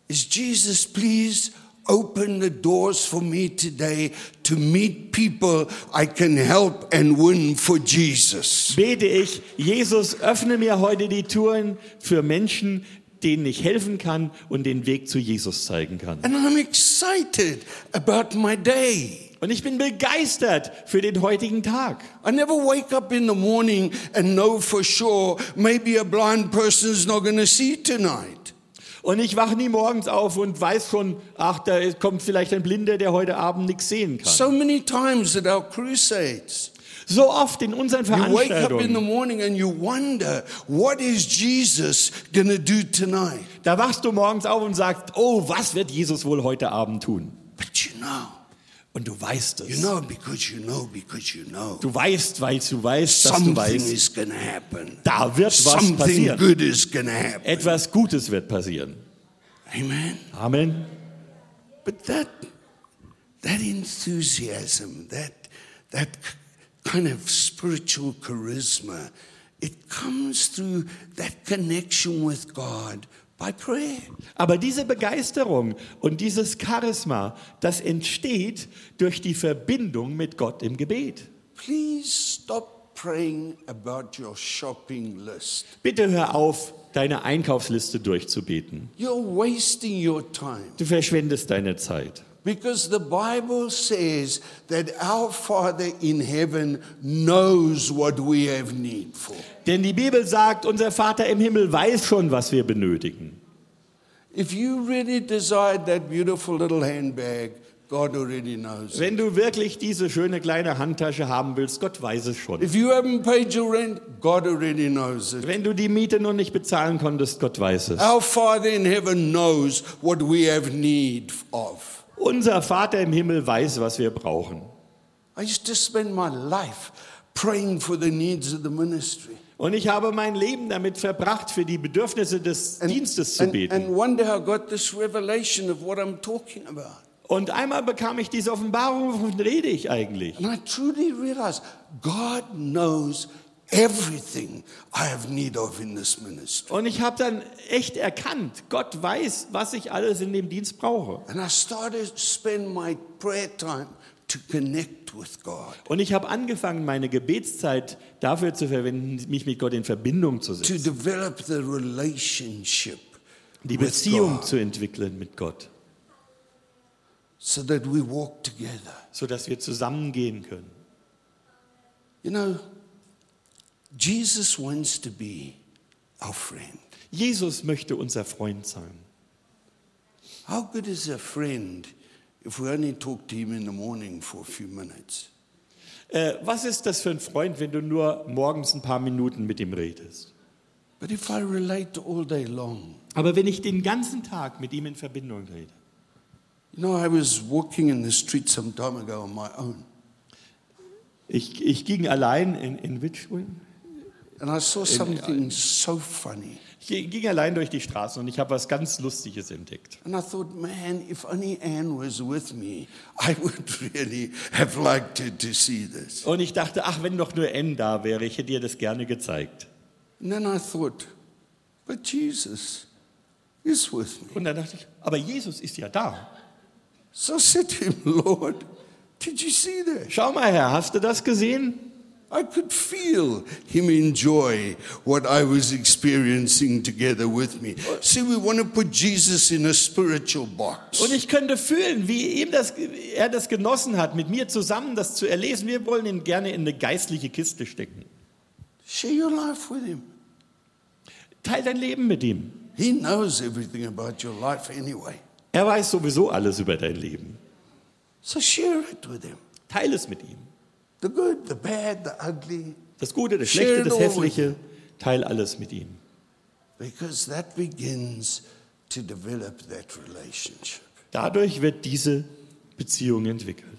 Speaker 1: is Jesus, please open the doors for me today to meet people I can help and win for Jesus.
Speaker 2: bete ich, Jesus, öffne mir heute die Türen für Menschen, denen ich helfen kann und den Weg zu Jesus zeigen kann.
Speaker 1: And I'm excited about my day.
Speaker 2: Und ich bin begeistert für den heutigen Tag.
Speaker 1: I never wake up in the morning and know for sure maybe a blind person's not going to see tonight.
Speaker 2: Und ich wache nie morgens auf und weiß schon, ach, da kommt vielleicht ein Blinder, der heute Abend nichts sehen kann.
Speaker 1: So many times at our crusades,
Speaker 2: So oft in unseren
Speaker 1: you wake up in the
Speaker 2: Veranstaltungen,
Speaker 1: morning and you wonder, what is Jesus going to do tonight?
Speaker 2: da wachst du morgens auf und sagst, oh, was wird Jesus wohl heute Abend tun?
Speaker 1: But you know,
Speaker 2: Und du weißt
Speaker 1: you
Speaker 2: es.
Speaker 1: know because you know because you know.
Speaker 2: Du weißt, weil du weißt, dass du
Speaker 1: Something
Speaker 2: weißt,
Speaker 1: is going to happen.
Speaker 2: da wird was
Speaker 1: Something
Speaker 2: passieren.
Speaker 1: good is going to happen.
Speaker 2: Etwas Gutes wird passieren.
Speaker 1: Amen.
Speaker 2: Amen.
Speaker 1: But that that enthusiasm, that that kind of spiritual charisma, it comes through that connection with God by prayer.
Speaker 2: Aber diese Begeisterung und dieses Charisma, das entsteht durch die Verbindung mit Gott im Gebet.
Speaker 1: Please stop praying about your shopping list.
Speaker 2: Bitte hör auf, deine Einkaufsliste durchzubeten.
Speaker 1: You're wasting your time
Speaker 2: Du verschwendest deine Zeit.
Speaker 1: because the Bible says that our Father in heaven knows what we have need for.
Speaker 2: Denn die Bibel sagt, unser Vater im Himmel weiß schon, was wir benötigen.
Speaker 1: If you really desired that beautiful little handbag, God already knows. it.
Speaker 2: Wenn du wirklich diese schöne kleine Handtasche haben willst, Gott weiß es schon.
Speaker 1: If you haven't paid your rent, God already knows it.
Speaker 2: Wenn du die Miete noch nicht bezahlen konntest, Gott weiß es.
Speaker 1: Our Father in heaven knows what we have need of.
Speaker 2: Unser Vater im Himmel weiß, was wir brauchen.
Speaker 1: I used to spend my life praying for the needs of the ministry.
Speaker 2: Und ich habe mein Leben damit verbracht, für die Bedürfnisse des Dienstes zu
Speaker 1: and,
Speaker 2: beten.
Speaker 1: and one day I got this revelation of what I'm talking about.
Speaker 2: Und einmal bekam ich diese Offenbarung, wovon rede ich eigentlich?
Speaker 1: And I truly realized God knows everything I have need of in this ministry.
Speaker 2: Und ich habe dann echt erkannt, Gott weiß, was ich alles in dem Dienst brauche.
Speaker 1: And I started to spend my prayer time to connect with God,
Speaker 2: Und ich habe angefangen, meine Gebetszeit dafür zu verwenden, mich mit Gott in Verbindung zu setzen,
Speaker 1: to develop the relationship
Speaker 2: die
Speaker 1: with
Speaker 2: Beziehung
Speaker 1: God,
Speaker 2: zu entwickeln mit Gott,
Speaker 1: so that we walk together.
Speaker 2: sodass wir zusammengehen können.
Speaker 1: You know, Jesus wants to be our friend.
Speaker 2: Jesus möchte unser Freund sein.
Speaker 1: How good is a friend if we only talk to him in the morning for a few minutes?
Speaker 2: Äh, was ist das für ein Freund, wenn du nur morgens ein paar Minuten mit ihm redest?
Speaker 1: But if I relate all day long,
Speaker 2: Aber wenn ich den ganzen Tag mit ihm in Verbindung rede,
Speaker 1: you know, I was walking in the street some time ago on my own,
Speaker 2: ich, ich ging allein in, in Witchwin,
Speaker 1: and I
Speaker 2: uh,
Speaker 1: saw something so funny.
Speaker 2: ich ging allein durch die Straßen und ich habe was ganz Lustiges entdeckt.
Speaker 1: And I thought, man, if only Anne was with me, I would <laughs> really have liked her to see this.
Speaker 2: Und ich dachte, ach, wenn doch nur N da wäre, ich hätte ihr das gerne gezeigt.
Speaker 1: And then I thought, but Jesus is with me.
Speaker 2: Und dann dachte ich, aber Jesus ist ja da.
Speaker 1: So I said to him, <laughs> Lord, did you see that?
Speaker 2: Schau mal her, hast du das gesehen?
Speaker 1: I could feel him enjoy what I was experiencing together with me. See, we want to put Jesus in a spiritual box.
Speaker 2: Und ich könnte fühlen, wie ihm das, er das genossen hat, mit mir zusammen das zu erlesen. Wir wollen ihn gerne in eine geistliche Kiste stecken.
Speaker 1: Share your life with him.
Speaker 2: Teil dein Leben mit ihm.
Speaker 1: He knows everything about your life anyway.
Speaker 2: Er weiß sowieso alles über dein Leben.
Speaker 1: So share it with him.
Speaker 2: Teil es mit ihm.
Speaker 1: The good, the bad, the ugly,
Speaker 2: Das Gute, das
Speaker 1: Share it
Speaker 2: Schlechte, das
Speaker 1: all with
Speaker 2: Hässliche, teil alles mit ihm.
Speaker 1: because that begins to develop that relationship.
Speaker 2: Dadurch wird diese Beziehung entwickelt.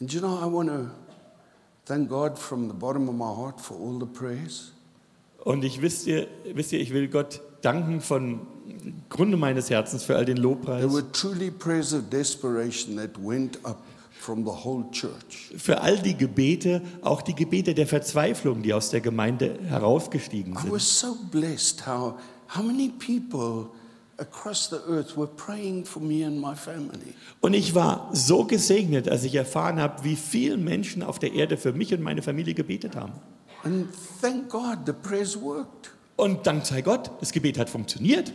Speaker 1: And you know, I want to thank God from the bottom of my heart for all the prayers.
Speaker 2: Und ich wisst ihr, wisst ihr, ich will Gott danken von Grunde meines Herzens für all den
Speaker 1: There
Speaker 2: Lobpreis,
Speaker 1: were truly prayers of desperation that went up from the whole church.
Speaker 2: für all die Gebete, auch die Gebete der Verzweiflung, die aus der Gemeinde heraufgestiegen
Speaker 1: I
Speaker 2: sind.
Speaker 1: was so blessed how, how many people across the earth were praying for me and my family.
Speaker 2: Und ich war so gesegnet, als ich erfahren habe, wie viele Menschen auf der Erde für mich und meine Familie gebetet haben.
Speaker 1: And thank God the prayers worked.
Speaker 2: Und dank sei Gott, das Gebet hat funktioniert.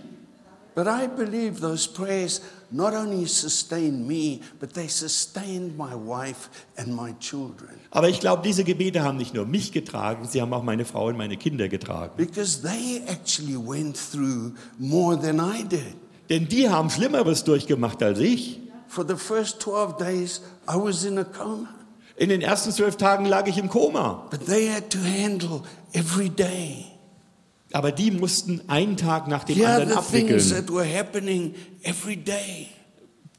Speaker 1: But I believe those prayers not only sustained me, but they sustained my wife and my children
Speaker 2: Aber ich glaube, diese Gebete haben nicht nur mich getragen, sie haben auch meine Frau und meine Kinder getragen.
Speaker 1: because they actually went through more than I did.
Speaker 2: Denn die haben Schlimmeres durchgemacht als ich.
Speaker 1: For the first 12 days, I was in a coma,
Speaker 2: In den ersten zwölf Tagen lag ich im Koma.
Speaker 1: but they had to handle every day.
Speaker 2: Aber die mussten einen Tag nach dem
Speaker 1: Here are
Speaker 2: anderen
Speaker 1: the things
Speaker 2: abwickeln.
Speaker 1: that were happening every day.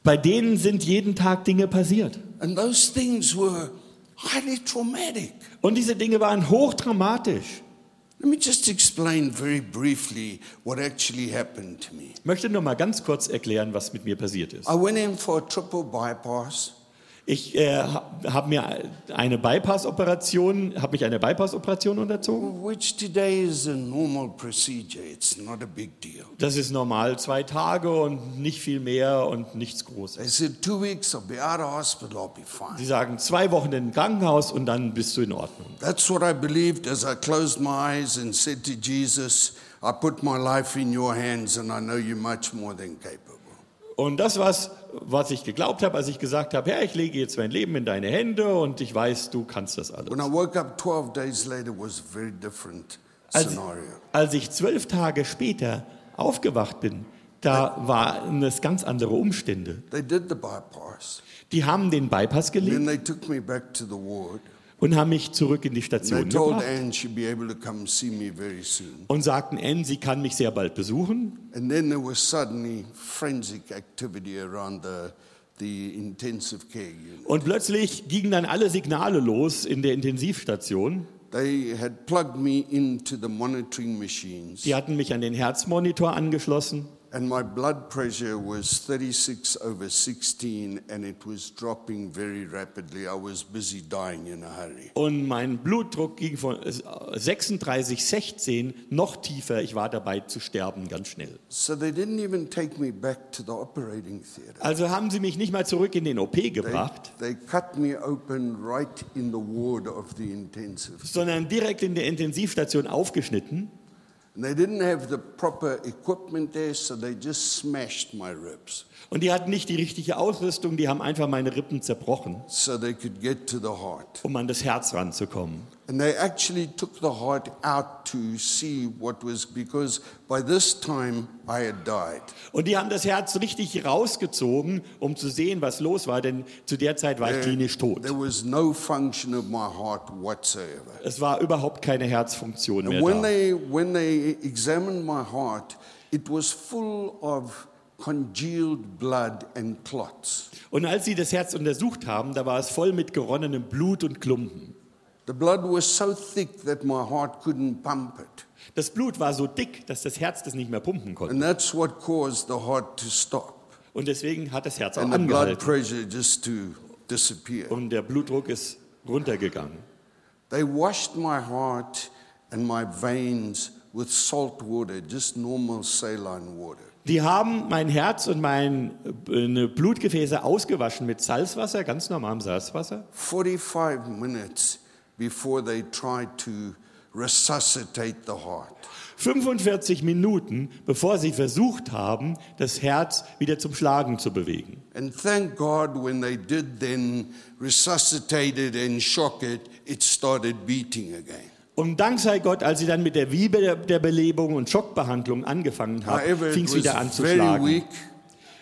Speaker 2: Bei denen sind jeden Tag Dinge passiert.
Speaker 1: And those things were highly traumatic.
Speaker 2: Und diese Dinge waren hochdramatisch.
Speaker 1: Let me just explain very briefly what actually happened to me.
Speaker 2: Ich möchte nur mal ganz kurz erklären, was mit mir passiert ist.
Speaker 1: I went in for a triple bypass.
Speaker 2: Ich äh, habe mir eine Bypass-Operation, habe mich einer Bypass-Operation unterzogen.
Speaker 1: Which today is a normal procedure. It's not a big deal.
Speaker 2: Das ist normal, zwei Tage und nicht viel mehr und nichts Großes.
Speaker 1: They said, two weeks, I'll be out of hospital, I'll be
Speaker 2: Sie
Speaker 1: fine.
Speaker 2: sagen zwei Wochen im Krankenhaus und dann bist du in Ordnung.
Speaker 1: That's what I believed as I closed my eyes and said to Jesus, I put my life in your hands and I know you're much more than capable.
Speaker 2: Und das war's, was ich geglaubt habe, als ich gesagt habe, Herr, ich lege jetzt mein Leben in deine Hände und ich weiß, du kannst das alles.
Speaker 1: When I woke up 12 days later, was a very different
Speaker 2: Als,
Speaker 1: scenario.
Speaker 2: als ich zwölf Tage später aufgewacht bin, da waren es ganz andere Umstände.
Speaker 1: They did the bypass.
Speaker 2: Die haben den Bypass gelegt
Speaker 1: Then they took me back to the ward.
Speaker 2: und haben mich zurück in die
Speaker 1: And they
Speaker 2: Station
Speaker 1: told
Speaker 2: gebracht
Speaker 1: Anne she'd be able to come see me very soon.
Speaker 2: und sagten, Ann, sie kann mich sehr bald besuchen.
Speaker 1: And then there was suddenly forensic activity around the, the intensive care unit.
Speaker 2: Und plötzlich gingen dann alle Signale los in der Intensivstation.
Speaker 1: They had plugged me into the monitoring machines,
Speaker 2: Die hatten mich an den Herzmonitor angeschlossen
Speaker 1: and my blood pressure was 36 over 16, and it was dropping very rapidly. I was busy dying in a hurry.
Speaker 2: und mein Blutdruck ging von 36,16 noch tiefer. Ich war dabei zu sterben, ganz schnell.
Speaker 1: So they didn't even take me back to the operating theater.
Speaker 2: Also haben sie mich nicht mal zurück in den OP
Speaker 1: They,
Speaker 2: gebracht,
Speaker 1: they cut me open right in the ward of the intensive
Speaker 2: sondern direkt in der Intensivstation aufgeschnitten.
Speaker 1: And they didn't have the proper equipment there, so they just smashed my ribs
Speaker 2: Und die hatten nicht die richtige Ausrüstung, die haben einfach meine Rippen zerbrochen,
Speaker 1: so they could get to the heart.
Speaker 2: um an das Herz ranzukommen.
Speaker 1: And they actually took the heart out to see what was, because by this time I had died.
Speaker 2: Und die haben das Herz richtig rausgezogen, um zu sehen, was los war, denn zu der Zeit war
Speaker 1: Äh,
Speaker 2: ich klinisch tot.
Speaker 1: There was no function of my heart whatsoever.
Speaker 2: Es war überhaupt keine Herzfunktion mehr
Speaker 1: And äh, when
Speaker 2: da.
Speaker 1: they, when they examined my heart, it was full of congealed blood and clots.
Speaker 2: Und als sie das Herz untersucht haben, da war es voll mit geronnenem Blut und Klumpen.
Speaker 1: The blood was so thick that my heart couldn't pump it.
Speaker 2: Das Blut war so dick, dass das Herz das nicht mehr pumpen konnte.
Speaker 1: And that's what caused the heart to stop
Speaker 2: Und deswegen hat das Herz auch
Speaker 1: and the blood
Speaker 2: angehalten.
Speaker 1: pressure just to disappear.
Speaker 2: Und der Blutdruck ist runtergegangen.
Speaker 1: They washed my heart and my veins with salt water, just normal saline water.
Speaker 2: Die haben mein Herz und meine Blutgefäße ausgewaschen mit Salzwasser, ganz normalem Salzwasser.
Speaker 1: 45 minutes before they tried to resuscitate the heart.
Speaker 2: 45 Minuten, bevor sie versucht haben, das Herz wieder zum Schlagen zu bewegen.
Speaker 1: And thank God when they did then resuscitate it and shock it, it started beating again.
Speaker 2: Und dank sei Gott, als sie dann mit der Wiederbelebung und Schockbehandlung angefangen
Speaker 1: However,
Speaker 2: haben, fing
Speaker 1: it
Speaker 2: es
Speaker 1: was
Speaker 2: wieder an zu
Speaker 1: very
Speaker 2: schlagen.
Speaker 1: weak.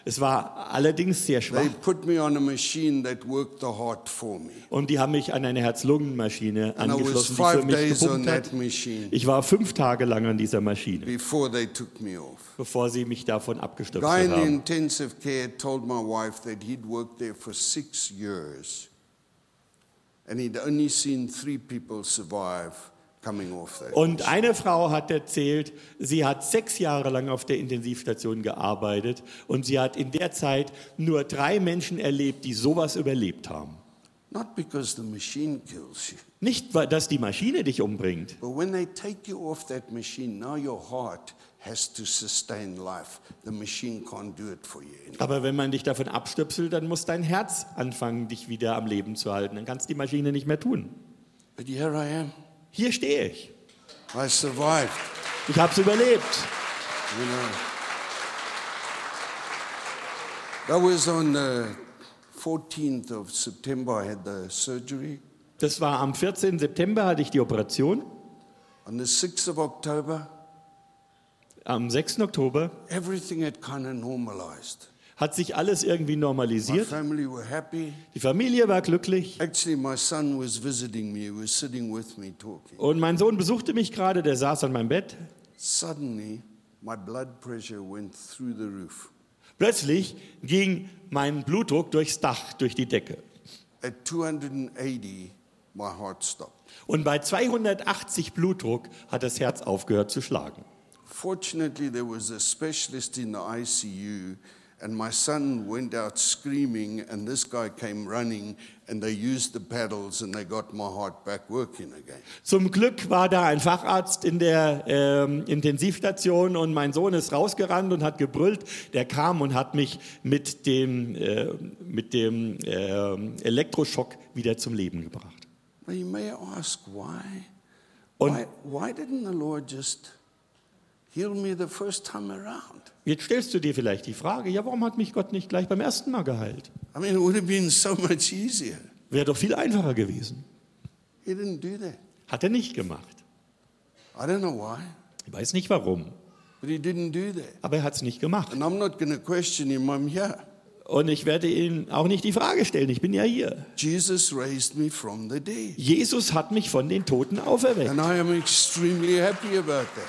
Speaker 2: Es war allerdings sehr schwach.
Speaker 1: They put me on a machine that worked the heart for me.
Speaker 2: Und die haben mich an eine Herz-Lungen-Maschine
Speaker 1: And I was
Speaker 2: angeschlossen, die für
Speaker 1: five
Speaker 2: mich
Speaker 1: days on
Speaker 2: gepumpt
Speaker 1: that
Speaker 2: hat.
Speaker 1: machine
Speaker 2: Ich war fünf Tage lang an dieser Maschine,
Speaker 1: before they took me off.
Speaker 2: bevor sie mich davon
Speaker 1: The
Speaker 2: abgestöpselt
Speaker 1: guy in the
Speaker 2: haben.
Speaker 1: intensive care told my wife that he'd worked there for six years and he'd only seen three people survive coming off that.
Speaker 2: Und eine Frau hat erzählt, sie hat sechs Jahre lang auf der Intensivstation gearbeitet und sie hat in der Zeit nur drei Menschen erlebt, die sowas überlebt haben.
Speaker 1: Not because the machine kills you,
Speaker 2: Nicht, weil- dass die Maschine dich umbringt,
Speaker 1: but when they take you off that machine, now your heart has to sustain life. The machine can't do it for you anymore.
Speaker 2: aber wenn man dich davon abstöpselt, dann muss dein Herz anfangen, dich wieder am Leben zu halten. Dann kannst die Maschine nicht mehr tun.
Speaker 1: But here I am.
Speaker 2: Hier stehe ich.
Speaker 1: I survived.
Speaker 2: Ich habe es überlebt.
Speaker 1: You know. That was on the 14th of September. I had the surgery.
Speaker 2: Das war am 14. September hatte ich die Operation.
Speaker 1: On the 6th of October,
Speaker 2: Am 6. Oktober
Speaker 1: everything had kind of normalized.
Speaker 2: hat sich alles irgendwie
Speaker 1: My
Speaker 2: normalisiert.
Speaker 1: family were happy.
Speaker 2: Die Familie war glücklich.
Speaker 1: Actually, my son was visiting me. He was sitting with me talking.
Speaker 2: Und mein Sohn besuchte mich gerade, der saß an meinem Bett.
Speaker 1: Suddenly, my blood pressure went through the roof.
Speaker 2: Plötzlich ging mein Blutdruck durchs Dach, durch die Decke.
Speaker 1: At 280, my heart stopped.
Speaker 2: Und bei 280 Blutdruck hat das Herz aufgehört zu schlagen.
Speaker 1: Fortunately, there was a specialist in the ICU, and my son went out screaming, and this guy came running, and they used the paddles, and they got my heart back working again.
Speaker 2: Zum Glück war da ein Facharzt in der ähm, Intensivstation und mein Sohn ist rausgerannt und hat gebrüllt. Der kam und hat mich mit dem, äh, mit dem ähm, Elektroschock wieder zum Leben gebracht.
Speaker 1: Now, you may ask why?
Speaker 2: Und
Speaker 1: Why, why didn't the Lord just heal me the first time around?
Speaker 2: jetzt stellst du dir vielleicht die Frage, ja, warum hat mich Gott nicht gleich beim ersten Mal geheilt?
Speaker 1: I mean, it would have been so much easier.
Speaker 2: Wäre doch viel einfacher gewesen.
Speaker 1: He didn't do that.
Speaker 2: Hat er nicht gemacht.
Speaker 1: I don't know why,
Speaker 2: Ich weiß nicht warum,
Speaker 1: but he didn't do that.
Speaker 2: aber er hat es nicht gemacht.
Speaker 1: And I'm not going to question him. I'm here.
Speaker 2: Und ich werde Ihnen auch nicht die Frage stellen, ich bin ja hier.
Speaker 1: Jesus raised me from the dead.
Speaker 2: Jesus hat mich von den Toten auferweckt.
Speaker 1: And I am extremely happy about that.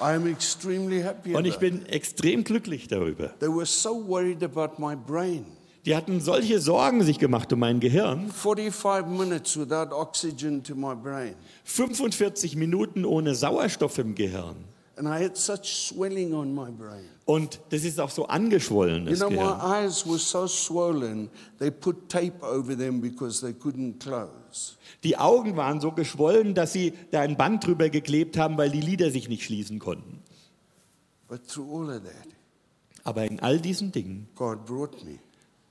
Speaker 1: I am extremely happy
Speaker 2: Und ich
Speaker 1: about
Speaker 2: bin extrem glücklich darüber.
Speaker 1: it. They were so worried about my brain.
Speaker 2: Die hatten solche Sorgen sich gemacht um mein Gehirn.
Speaker 1: 45 minutes without oxygen to my brain.
Speaker 2: 45 Minuten ohne Sauerstoff im Gehirn.
Speaker 1: And I had such swelling on my brain.
Speaker 2: Und das ist auch so angeschwollen,
Speaker 1: You
Speaker 2: das
Speaker 1: know, my
Speaker 2: Gehirn.
Speaker 1: eyes were so swollen, they put tape over them because they couldn't close.
Speaker 2: Die Augen waren so geschwollen, dass sie da ein Band drüber geklebt haben, weil die Lider sich nicht schließen konnten.
Speaker 1: But through all of that,
Speaker 2: Aber in all diesen Dingen
Speaker 1: God brought me.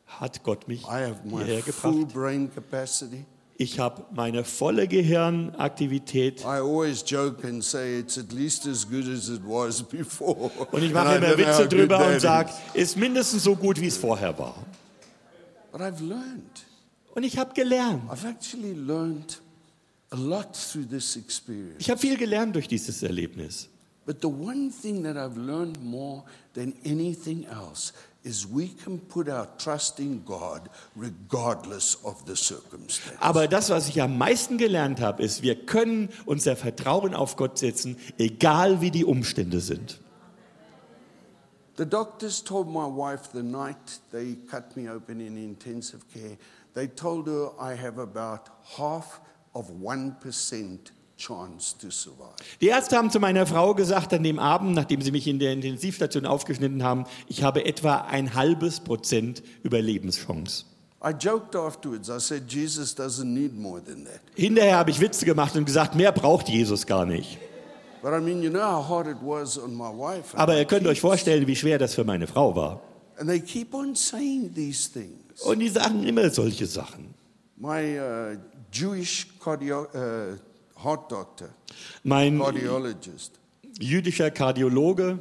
Speaker 2: hat Gott mich
Speaker 1: I have my
Speaker 2: hierher
Speaker 1: full
Speaker 2: gebracht.
Speaker 1: brain capacity.
Speaker 2: Ich habe meine volle Gehirnaktivität
Speaker 1: I always joke and say it's at least as good as it was <laughs> before.
Speaker 2: Und
Speaker 1: And
Speaker 2: ich
Speaker 1: I
Speaker 2: mache immer
Speaker 1: don't know how
Speaker 2: Witze
Speaker 1: good
Speaker 2: drüber
Speaker 1: that
Speaker 2: und
Speaker 1: is.
Speaker 2: sage, ist mindestens so gut, wie es vorher war.
Speaker 1: But I've learned.
Speaker 2: Und ich habe gelernt.
Speaker 1: I've actually learned a lot through this experience.
Speaker 2: Ich habe viel gelernt durch dieses Erlebnis.
Speaker 1: But the one thing that I've learned more than anything else is we can put our trust in God regardless of the circumstance.
Speaker 2: Aber das, was ich am meisten gelernt habe, ist, wir können unser Vertrauen auf Gott setzen, egal wie die Umstände sind.
Speaker 1: The doctors told my wife the night they cut me open in intensive care, they told her I have about half of 1% chance to survive.
Speaker 2: Die Ärzte haben zu meiner Frau gesagt an dem Abend, nachdem sie mich in der Intensivstation aufgeschnitten haben, ich habe etwa ein halbes Prozent Überlebenschance.
Speaker 1: I joked afterwards. I said, Jesus doesn't need more than that.
Speaker 2: Hinterher habe ich Witze gemacht und gesagt, mehr braucht Jesus gar nicht.
Speaker 1: But I mean, you know how hard it was on my wife.
Speaker 2: Aber ihr könnt euch vorstellen, wie schwer das für meine Frau war.
Speaker 1: And they keep on saying these things.
Speaker 2: Und die sagen immer solche Sachen.
Speaker 1: My uh, Jewish cardio- uh, heart doctor,
Speaker 2: Mein
Speaker 1: cardiologist,
Speaker 2: jüdischer Kardiologe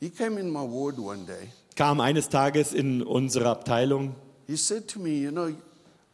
Speaker 1: he came in my ward one day.
Speaker 2: kam eines Tages in unsere Abteilung
Speaker 1: He said to me, You know,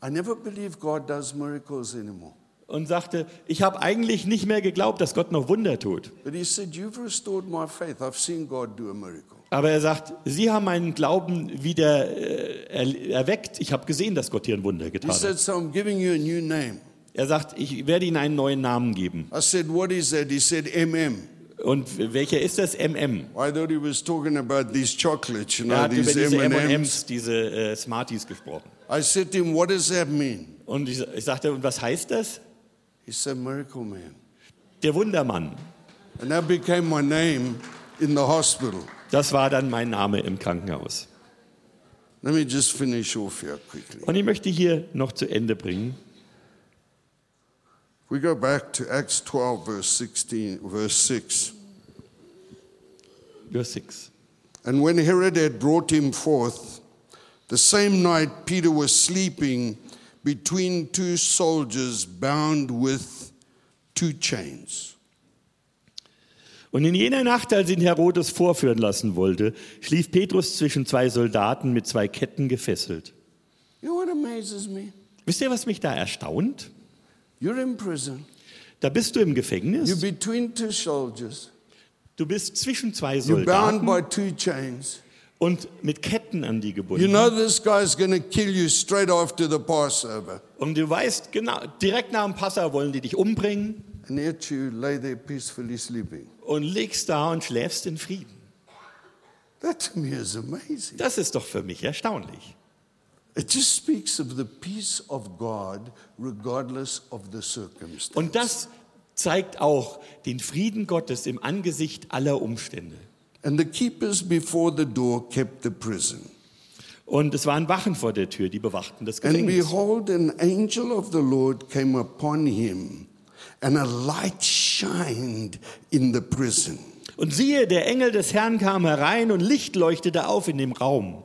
Speaker 1: I never believe God does miracles anymore.
Speaker 2: und sagte, ich habe eigentlich nicht mehr geglaubt, dass Gott noch Wunder tut.
Speaker 1: But he said, You've restored my faith. I've seen God do a miracle.
Speaker 2: Aber er sagt, Sie haben meinen Glauben wieder äh, er, erweckt. Ich habe gesehen, dass Gott hier ein Wunder
Speaker 1: He
Speaker 2: getan hat.
Speaker 1: said, So I'm giving you a new name.
Speaker 2: Er sagt, ich werde Ihnen einen neuen Namen geben.
Speaker 1: I said, What is that? He said, MM.
Speaker 2: Und welcher ist das? MM.
Speaker 1: I thought he was talking about these chocolates, you
Speaker 2: Er
Speaker 1: know,
Speaker 2: hat über
Speaker 1: these
Speaker 2: diese
Speaker 1: M&Ms.
Speaker 2: M&Ms, diese äh, Smarties gesprochen.
Speaker 1: I said to him, What does that mean?
Speaker 2: Und ich, ich sagte, und was heißt das?
Speaker 1: He said, Miracle Man.
Speaker 2: Der Wundermann.
Speaker 1: And that became my name in the hospital.
Speaker 2: Das war dann mein Name im Krankenhaus.
Speaker 1: Let me just finish off here quickly.
Speaker 2: Und ich möchte hier noch zu Ende bringen.
Speaker 1: We go back to Acts 12, verse 16, verse 6.
Speaker 2: Verse 6.
Speaker 1: And when Herod had brought him forth, the same night Peter was sleeping between two soldiers bound with two chains.
Speaker 2: Und in jener Nacht, als ihn Herodes vorführen lassen wollte, schlief Petrus zwischen zwei Soldaten mit zwei Ketten gefesselt.
Speaker 1: You know what amazes me?
Speaker 2: Wisst ihr, was mich da erstaunt?
Speaker 1: You're in prison,
Speaker 2: Da bist du im
Speaker 1: you're
Speaker 2: Gefängnis,
Speaker 1: between two soldiers,
Speaker 2: du bist zwischen zwei
Speaker 1: you're bound
Speaker 2: Soldaten
Speaker 1: by two chains.
Speaker 2: und mit Ketten an die
Speaker 1: You
Speaker 2: gebunden.
Speaker 1: know this guy's going to kill you straight after the Passover.
Speaker 2: Und du weißt genau, direkt nach dem Passa wollen die dich umbringen
Speaker 1: And yet you lay there peacefully sleeping.
Speaker 2: und liegst da und schläfst in Frieden.
Speaker 1: That to me is amazing.
Speaker 2: Das ist doch für mich erstaunlich.
Speaker 1: It just speaks of the peace of God regardless of the circumstance.
Speaker 2: Und das zeigt auch den Frieden Gottes im Angesicht aller Umstände.
Speaker 1: And the keepers before the door kept the prison.
Speaker 2: Und es waren Wachen vor der Tür, die bewachten das
Speaker 1: And
Speaker 2: Gefängnis.
Speaker 1: behold, an angel of the Lord came upon him, and a light shined in the prison.
Speaker 2: Und siehe, der Engel des Herrn kam herein und Licht leuchtete auf in dem Raum.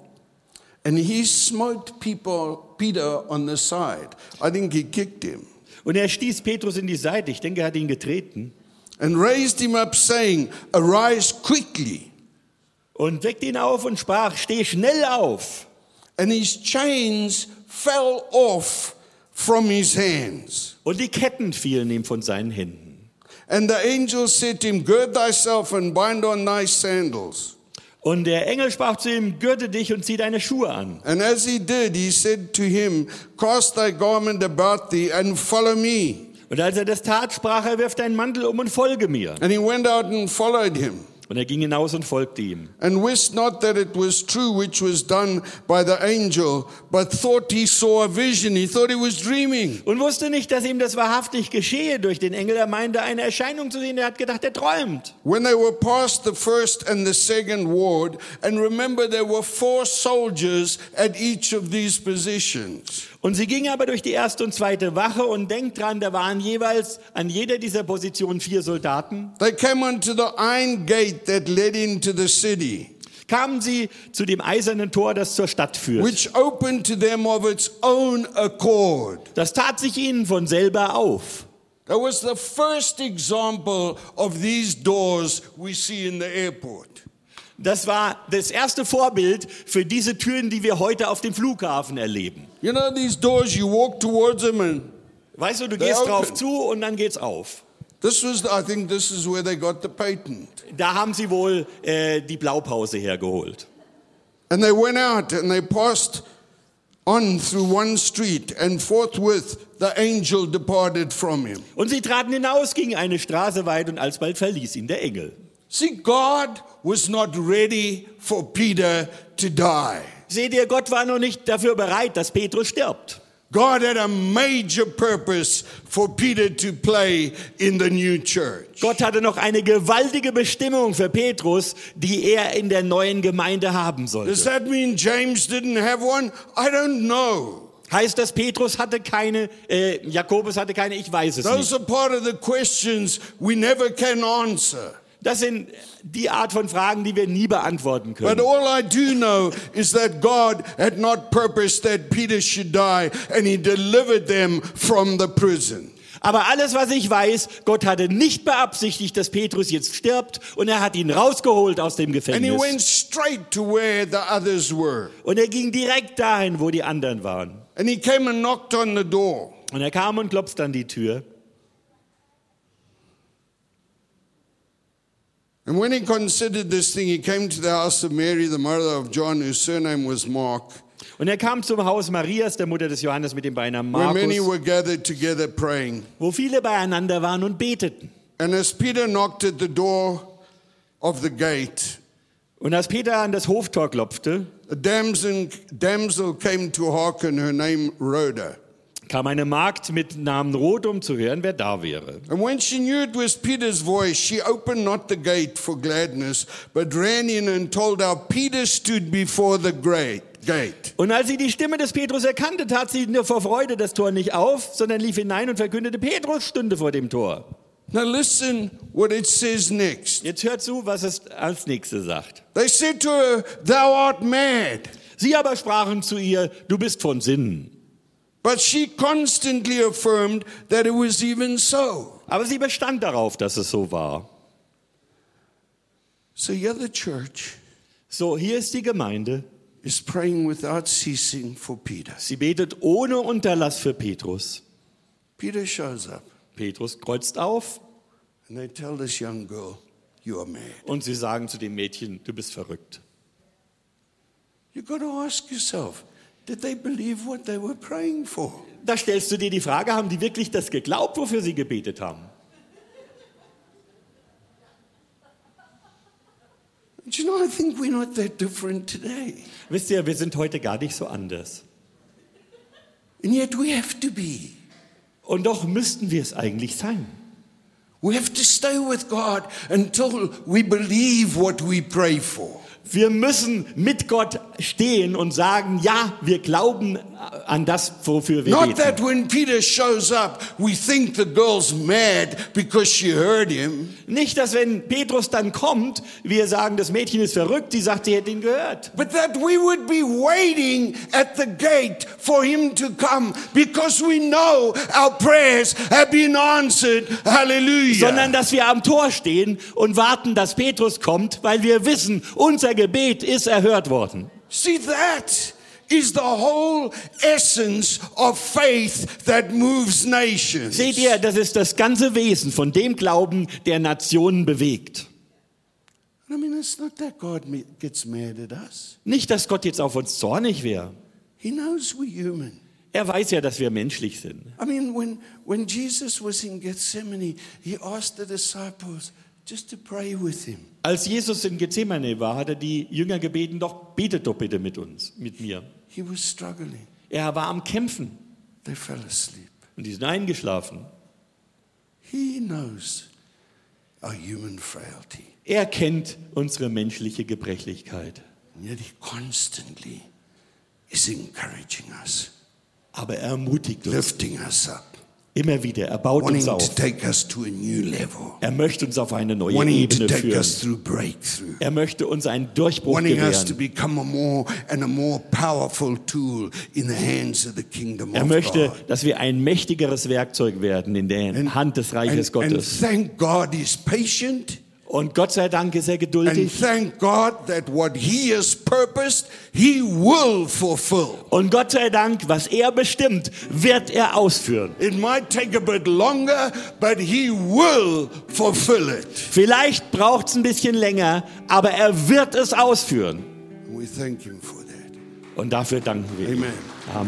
Speaker 1: And he smote people, Peter on the side. I think he kicked him.
Speaker 2: Und er stieß Petrus in die Seite. Ich denke, er hat ihn getreten.
Speaker 1: And raised him up, saying, Arise quickly.
Speaker 2: Und weckte ihn auf und sprach, steh schnell auf.
Speaker 1: And his chains fell off from his hands.
Speaker 2: Und die Ketten fielen ihm von seinen Händen.
Speaker 1: And the angel said to him, Gird thyself and bind on thy sandals.
Speaker 2: Und der Engel sprach zu ihm, gürte dich und zieh deine Schuhe an.
Speaker 1: And as he did, he said to him, Cast thy garment about thee and follow me.
Speaker 2: Und als er das tat, sprach er, wirf deinen Mantel um und folge mir.
Speaker 1: And he went out and followed him,
Speaker 2: Und er ging hinaus und folgte ihm.
Speaker 1: and wist not that it was true which was done by the angel, but thought he saw a vision. He thought he was dreaming.
Speaker 2: Und wusste nicht, dass ihm das wahrhaftig geschehe durch den Engel. Er meinte, eine Erscheinung zu sehen. Er hat gedacht, er träumt.
Speaker 1: When they were past the first and the second ward, and remember there were four soldiers at each of these positions.
Speaker 2: Und sie ging aber durch die erste und zweite Wache und denkt dran, da waren jeweils an jeder dieser Positionen vier Soldaten.
Speaker 1: They came unto the iron gate that led into the city,
Speaker 2: Kamen sie zu dem eisernen Tor, das zur Stadt führt.
Speaker 1: which opened to them of its own accord.
Speaker 2: Das tat sich ihnen von selber auf.
Speaker 1: That was the first example of these doors we see in the airport.
Speaker 2: Das war das erste Vorbild für diese Türen, die wir heute auf dem Flughafen erleben.
Speaker 1: You know these doors, you walk towards them, and
Speaker 2: Weißt du, du
Speaker 1: They
Speaker 2: gehst
Speaker 1: open.
Speaker 2: drauf zu und dann geht's auf.
Speaker 1: this was, the, I think, this is where they got the patent.
Speaker 2: Da haben sie wohl äh, die Blaupause hergeholt.
Speaker 1: And they went out and they passed on through one street, and forthwith the angel departed from him.
Speaker 2: Und sie traten hinaus, gingen eine Straße weit und alsbald verließ ihn der Engel.
Speaker 1: See, God was not ready for Peter to die.
Speaker 2: Seht ihr, Gott war noch nicht dafür bereit, dass Petrus stirbt.
Speaker 1: God had a major purpose for Peter to play in the new church.
Speaker 2: Gott hatte noch eine gewaltige Bestimmung für Petrus, die er in der neuen Gemeinde haben
Speaker 1: Does
Speaker 2: sollte.
Speaker 1: that mean James didn't have one? I don't know.
Speaker 2: Heißt das, Petrus hatte keine, äh, Jakobus hatte keine, ich weiß es nicht.
Speaker 1: Those are part of the questions we never can answer.
Speaker 2: Das sind die Art von Fragen, die wir nie beantworten
Speaker 1: But
Speaker 2: können.
Speaker 1: all I do know is that God had not purposed that Peter should die, and he delivered them from the prison.
Speaker 2: Aber alles, was ich weiß, Gott hatte nicht beabsichtigt, dass Petrus jetzt stirbt und er hat ihn rausgeholt aus dem
Speaker 1: And he
Speaker 2: Gefängnis.
Speaker 1: went straight to where the others were.
Speaker 2: Und er ging direkt dahin, wo die anderen waren.
Speaker 1: And he came and knocked on the door.
Speaker 2: Und er kam und klopfte an die Tür.
Speaker 1: And when he considered this thing, he came to the house of Mary, the mother of John, whose surname was Mark,
Speaker 2: Und er kam zum Haus Marias, der Mutter des Johannes mit dem Beinamen
Speaker 1: where many
Speaker 2: Markus,
Speaker 1: were gathered together praying.
Speaker 2: wo viele beieinander waren und beteten.
Speaker 1: And as Peter knocked at the door of the gate,
Speaker 2: Und als Peter an das Hoftor klopfte,
Speaker 1: a damsel, damsel came to hearken, her name Rhoda.
Speaker 2: kam eine Magd mit Namen Rot, um zu hören, wer da wäre.
Speaker 1: And when she knew it was Peter's voice, she opened not the gate for gladness, but ran in and told how Peter stood before the grate. gate.
Speaker 2: Und als sie die Stimme des Petrus erkannte, tat sie nur vor Freude das Tor nicht auf, sondern lief hinein und verkündete, Petrus stünde vor dem Tor.
Speaker 1: Now listen what it says next.
Speaker 2: Jetzt hört zu, was es als nächstes sagt.
Speaker 1: They said to her, Thou art mad.
Speaker 2: Sie aber sprachen zu ihr, du bist von Sinnen.
Speaker 1: But she constantly affirmed that it was even so.
Speaker 2: Aber sie bestand darauf, dass es so war.
Speaker 1: So the other church
Speaker 2: So, hier ist die Gemeinde.
Speaker 1: is praying without ceasing for Peter.
Speaker 2: Sie betet ohne Unterlass für Petrus.
Speaker 1: Peter shows up
Speaker 2: Petrus kreuzt auf
Speaker 1: and they tell this young girl, You are mad.
Speaker 2: und sie sagen zu dem Mädchen, du bist verrückt.
Speaker 1: You've got to ask yourself, did they believe what they were praying for?
Speaker 2: Da stellst du dir die Frage, haben die wirklich das geglaubt, wofür sie gebetet haben?
Speaker 1: Do you know, I think we're not that different today.
Speaker 2: Wisst ihr, wir sind heute gar nicht so anders.
Speaker 1: And yet we have to be.
Speaker 2: Und doch müssten wir es eigentlich sein.
Speaker 1: We have to stay with God until we believe what we pray for.
Speaker 2: Wir müssen mit Gott stehen und sagen, ja, wir glauben an das, wofür wir
Speaker 1: Not
Speaker 2: beten.
Speaker 1: that when Peter shows up, we think the girl's mad because she heard him,
Speaker 2: Nicht, dass wenn Petrus dann kommt, wir sagen, das Mädchen ist verrückt, die sagt, sie hätte ihn gehört.
Speaker 1: but that we would be waiting at the gate for him to come because we know our prayers have been answered. Hallelujah.
Speaker 2: Sondern, dass wir am Tor stehen und warten, dass Petrus kommt, weil wir wissen, unser Gebet ist erhört worden.
Speaker 1: See, that is the whole essence of faith that moves nations.
Speaker 2: Seht ihr, das ist das ganze Wesen von dem Glauben, der Nationen bewegt.
Speaker 1: I mean, it's not that God ma- gets mad at us.
Speaker 2: Nicht, dass Gott jetzt auf uns zornig wäre.
Speaker 1: He knows we're human.
Speaker 2: Er weiß ja, dass wir menschlich sind.
Speaker 1: I mean, when, when Jesus was in Gethsemane, he asked the disciples just to pray with him.
Speaker 2: Als Jesus in Gethsemane war, hat er die Jünger gebeten, doch betet doch bitte mit uns, mit mir.
Speaker 1: He was struggling.
Speaker 2: Er war am Kämpfen
Speaker 1: They fell asleep.
Speaker 2: und die sind eingeschlafen.
Speaker 1: He knows our human frailty.
Speaker 2: Er kennt unsere menschliche Gebrechlichkeit,
Speaker 1: And yet he constantly is encouraging us,
Speaker 2: aber er ermutigt uns
Speaker 1: lifting us up.
Speaker 2: immer wieder, er baut
Speaker 1: wanting
Speaker 2: uns
Speaker 1: to
Speaker 2: auf.
Speaker 1: take us to a new level,
Speaker 2: Er möchte uns auf eine neue
Speaker 1: wanting to
Speaker 2: Ebene
Speaker 1: take
Speaker 2: führen.
Speaker 1: us through breakthrough,
Speaker 2: Er möchte uns einen Durchbruch
Speaker 1: wanting us to
Speaker 2: gewähren.
Speaker 1: become a more and a more powerful tool in the hands of the kingdom
Speaker 2: Er
Speaker 1: of
Speaker 2: möchte,
Speaker 1: God.
Speaker 2: dass wir ein mächtigeres Werkzeug werden in der Hand des Reiches
Speaker 1: and, and
Speaker 2: Gottes.
Speaker 1: thank God he's patient.
Speaker 2: Und Gott sei Dank ist er
Speaker 1: And
Speaker 2: geduldig.
Speaker 1: thank God that what he has purposed, he will fulfill.
Speaker 2: Und Gott sei Dank, was er bestimmt, wird er ausführen.
Speaker 1: It might take a bit longer, but he will fulfill it.
Speaker 2: Vielleicht braucht es ein bisschen länger, aber er wird es ausführen.
Speaker 1: We thank him for that.
Speaker 2: Und dafür danken wir. ihm.
Speaker 1: Amen.
Speaker 2: Amen.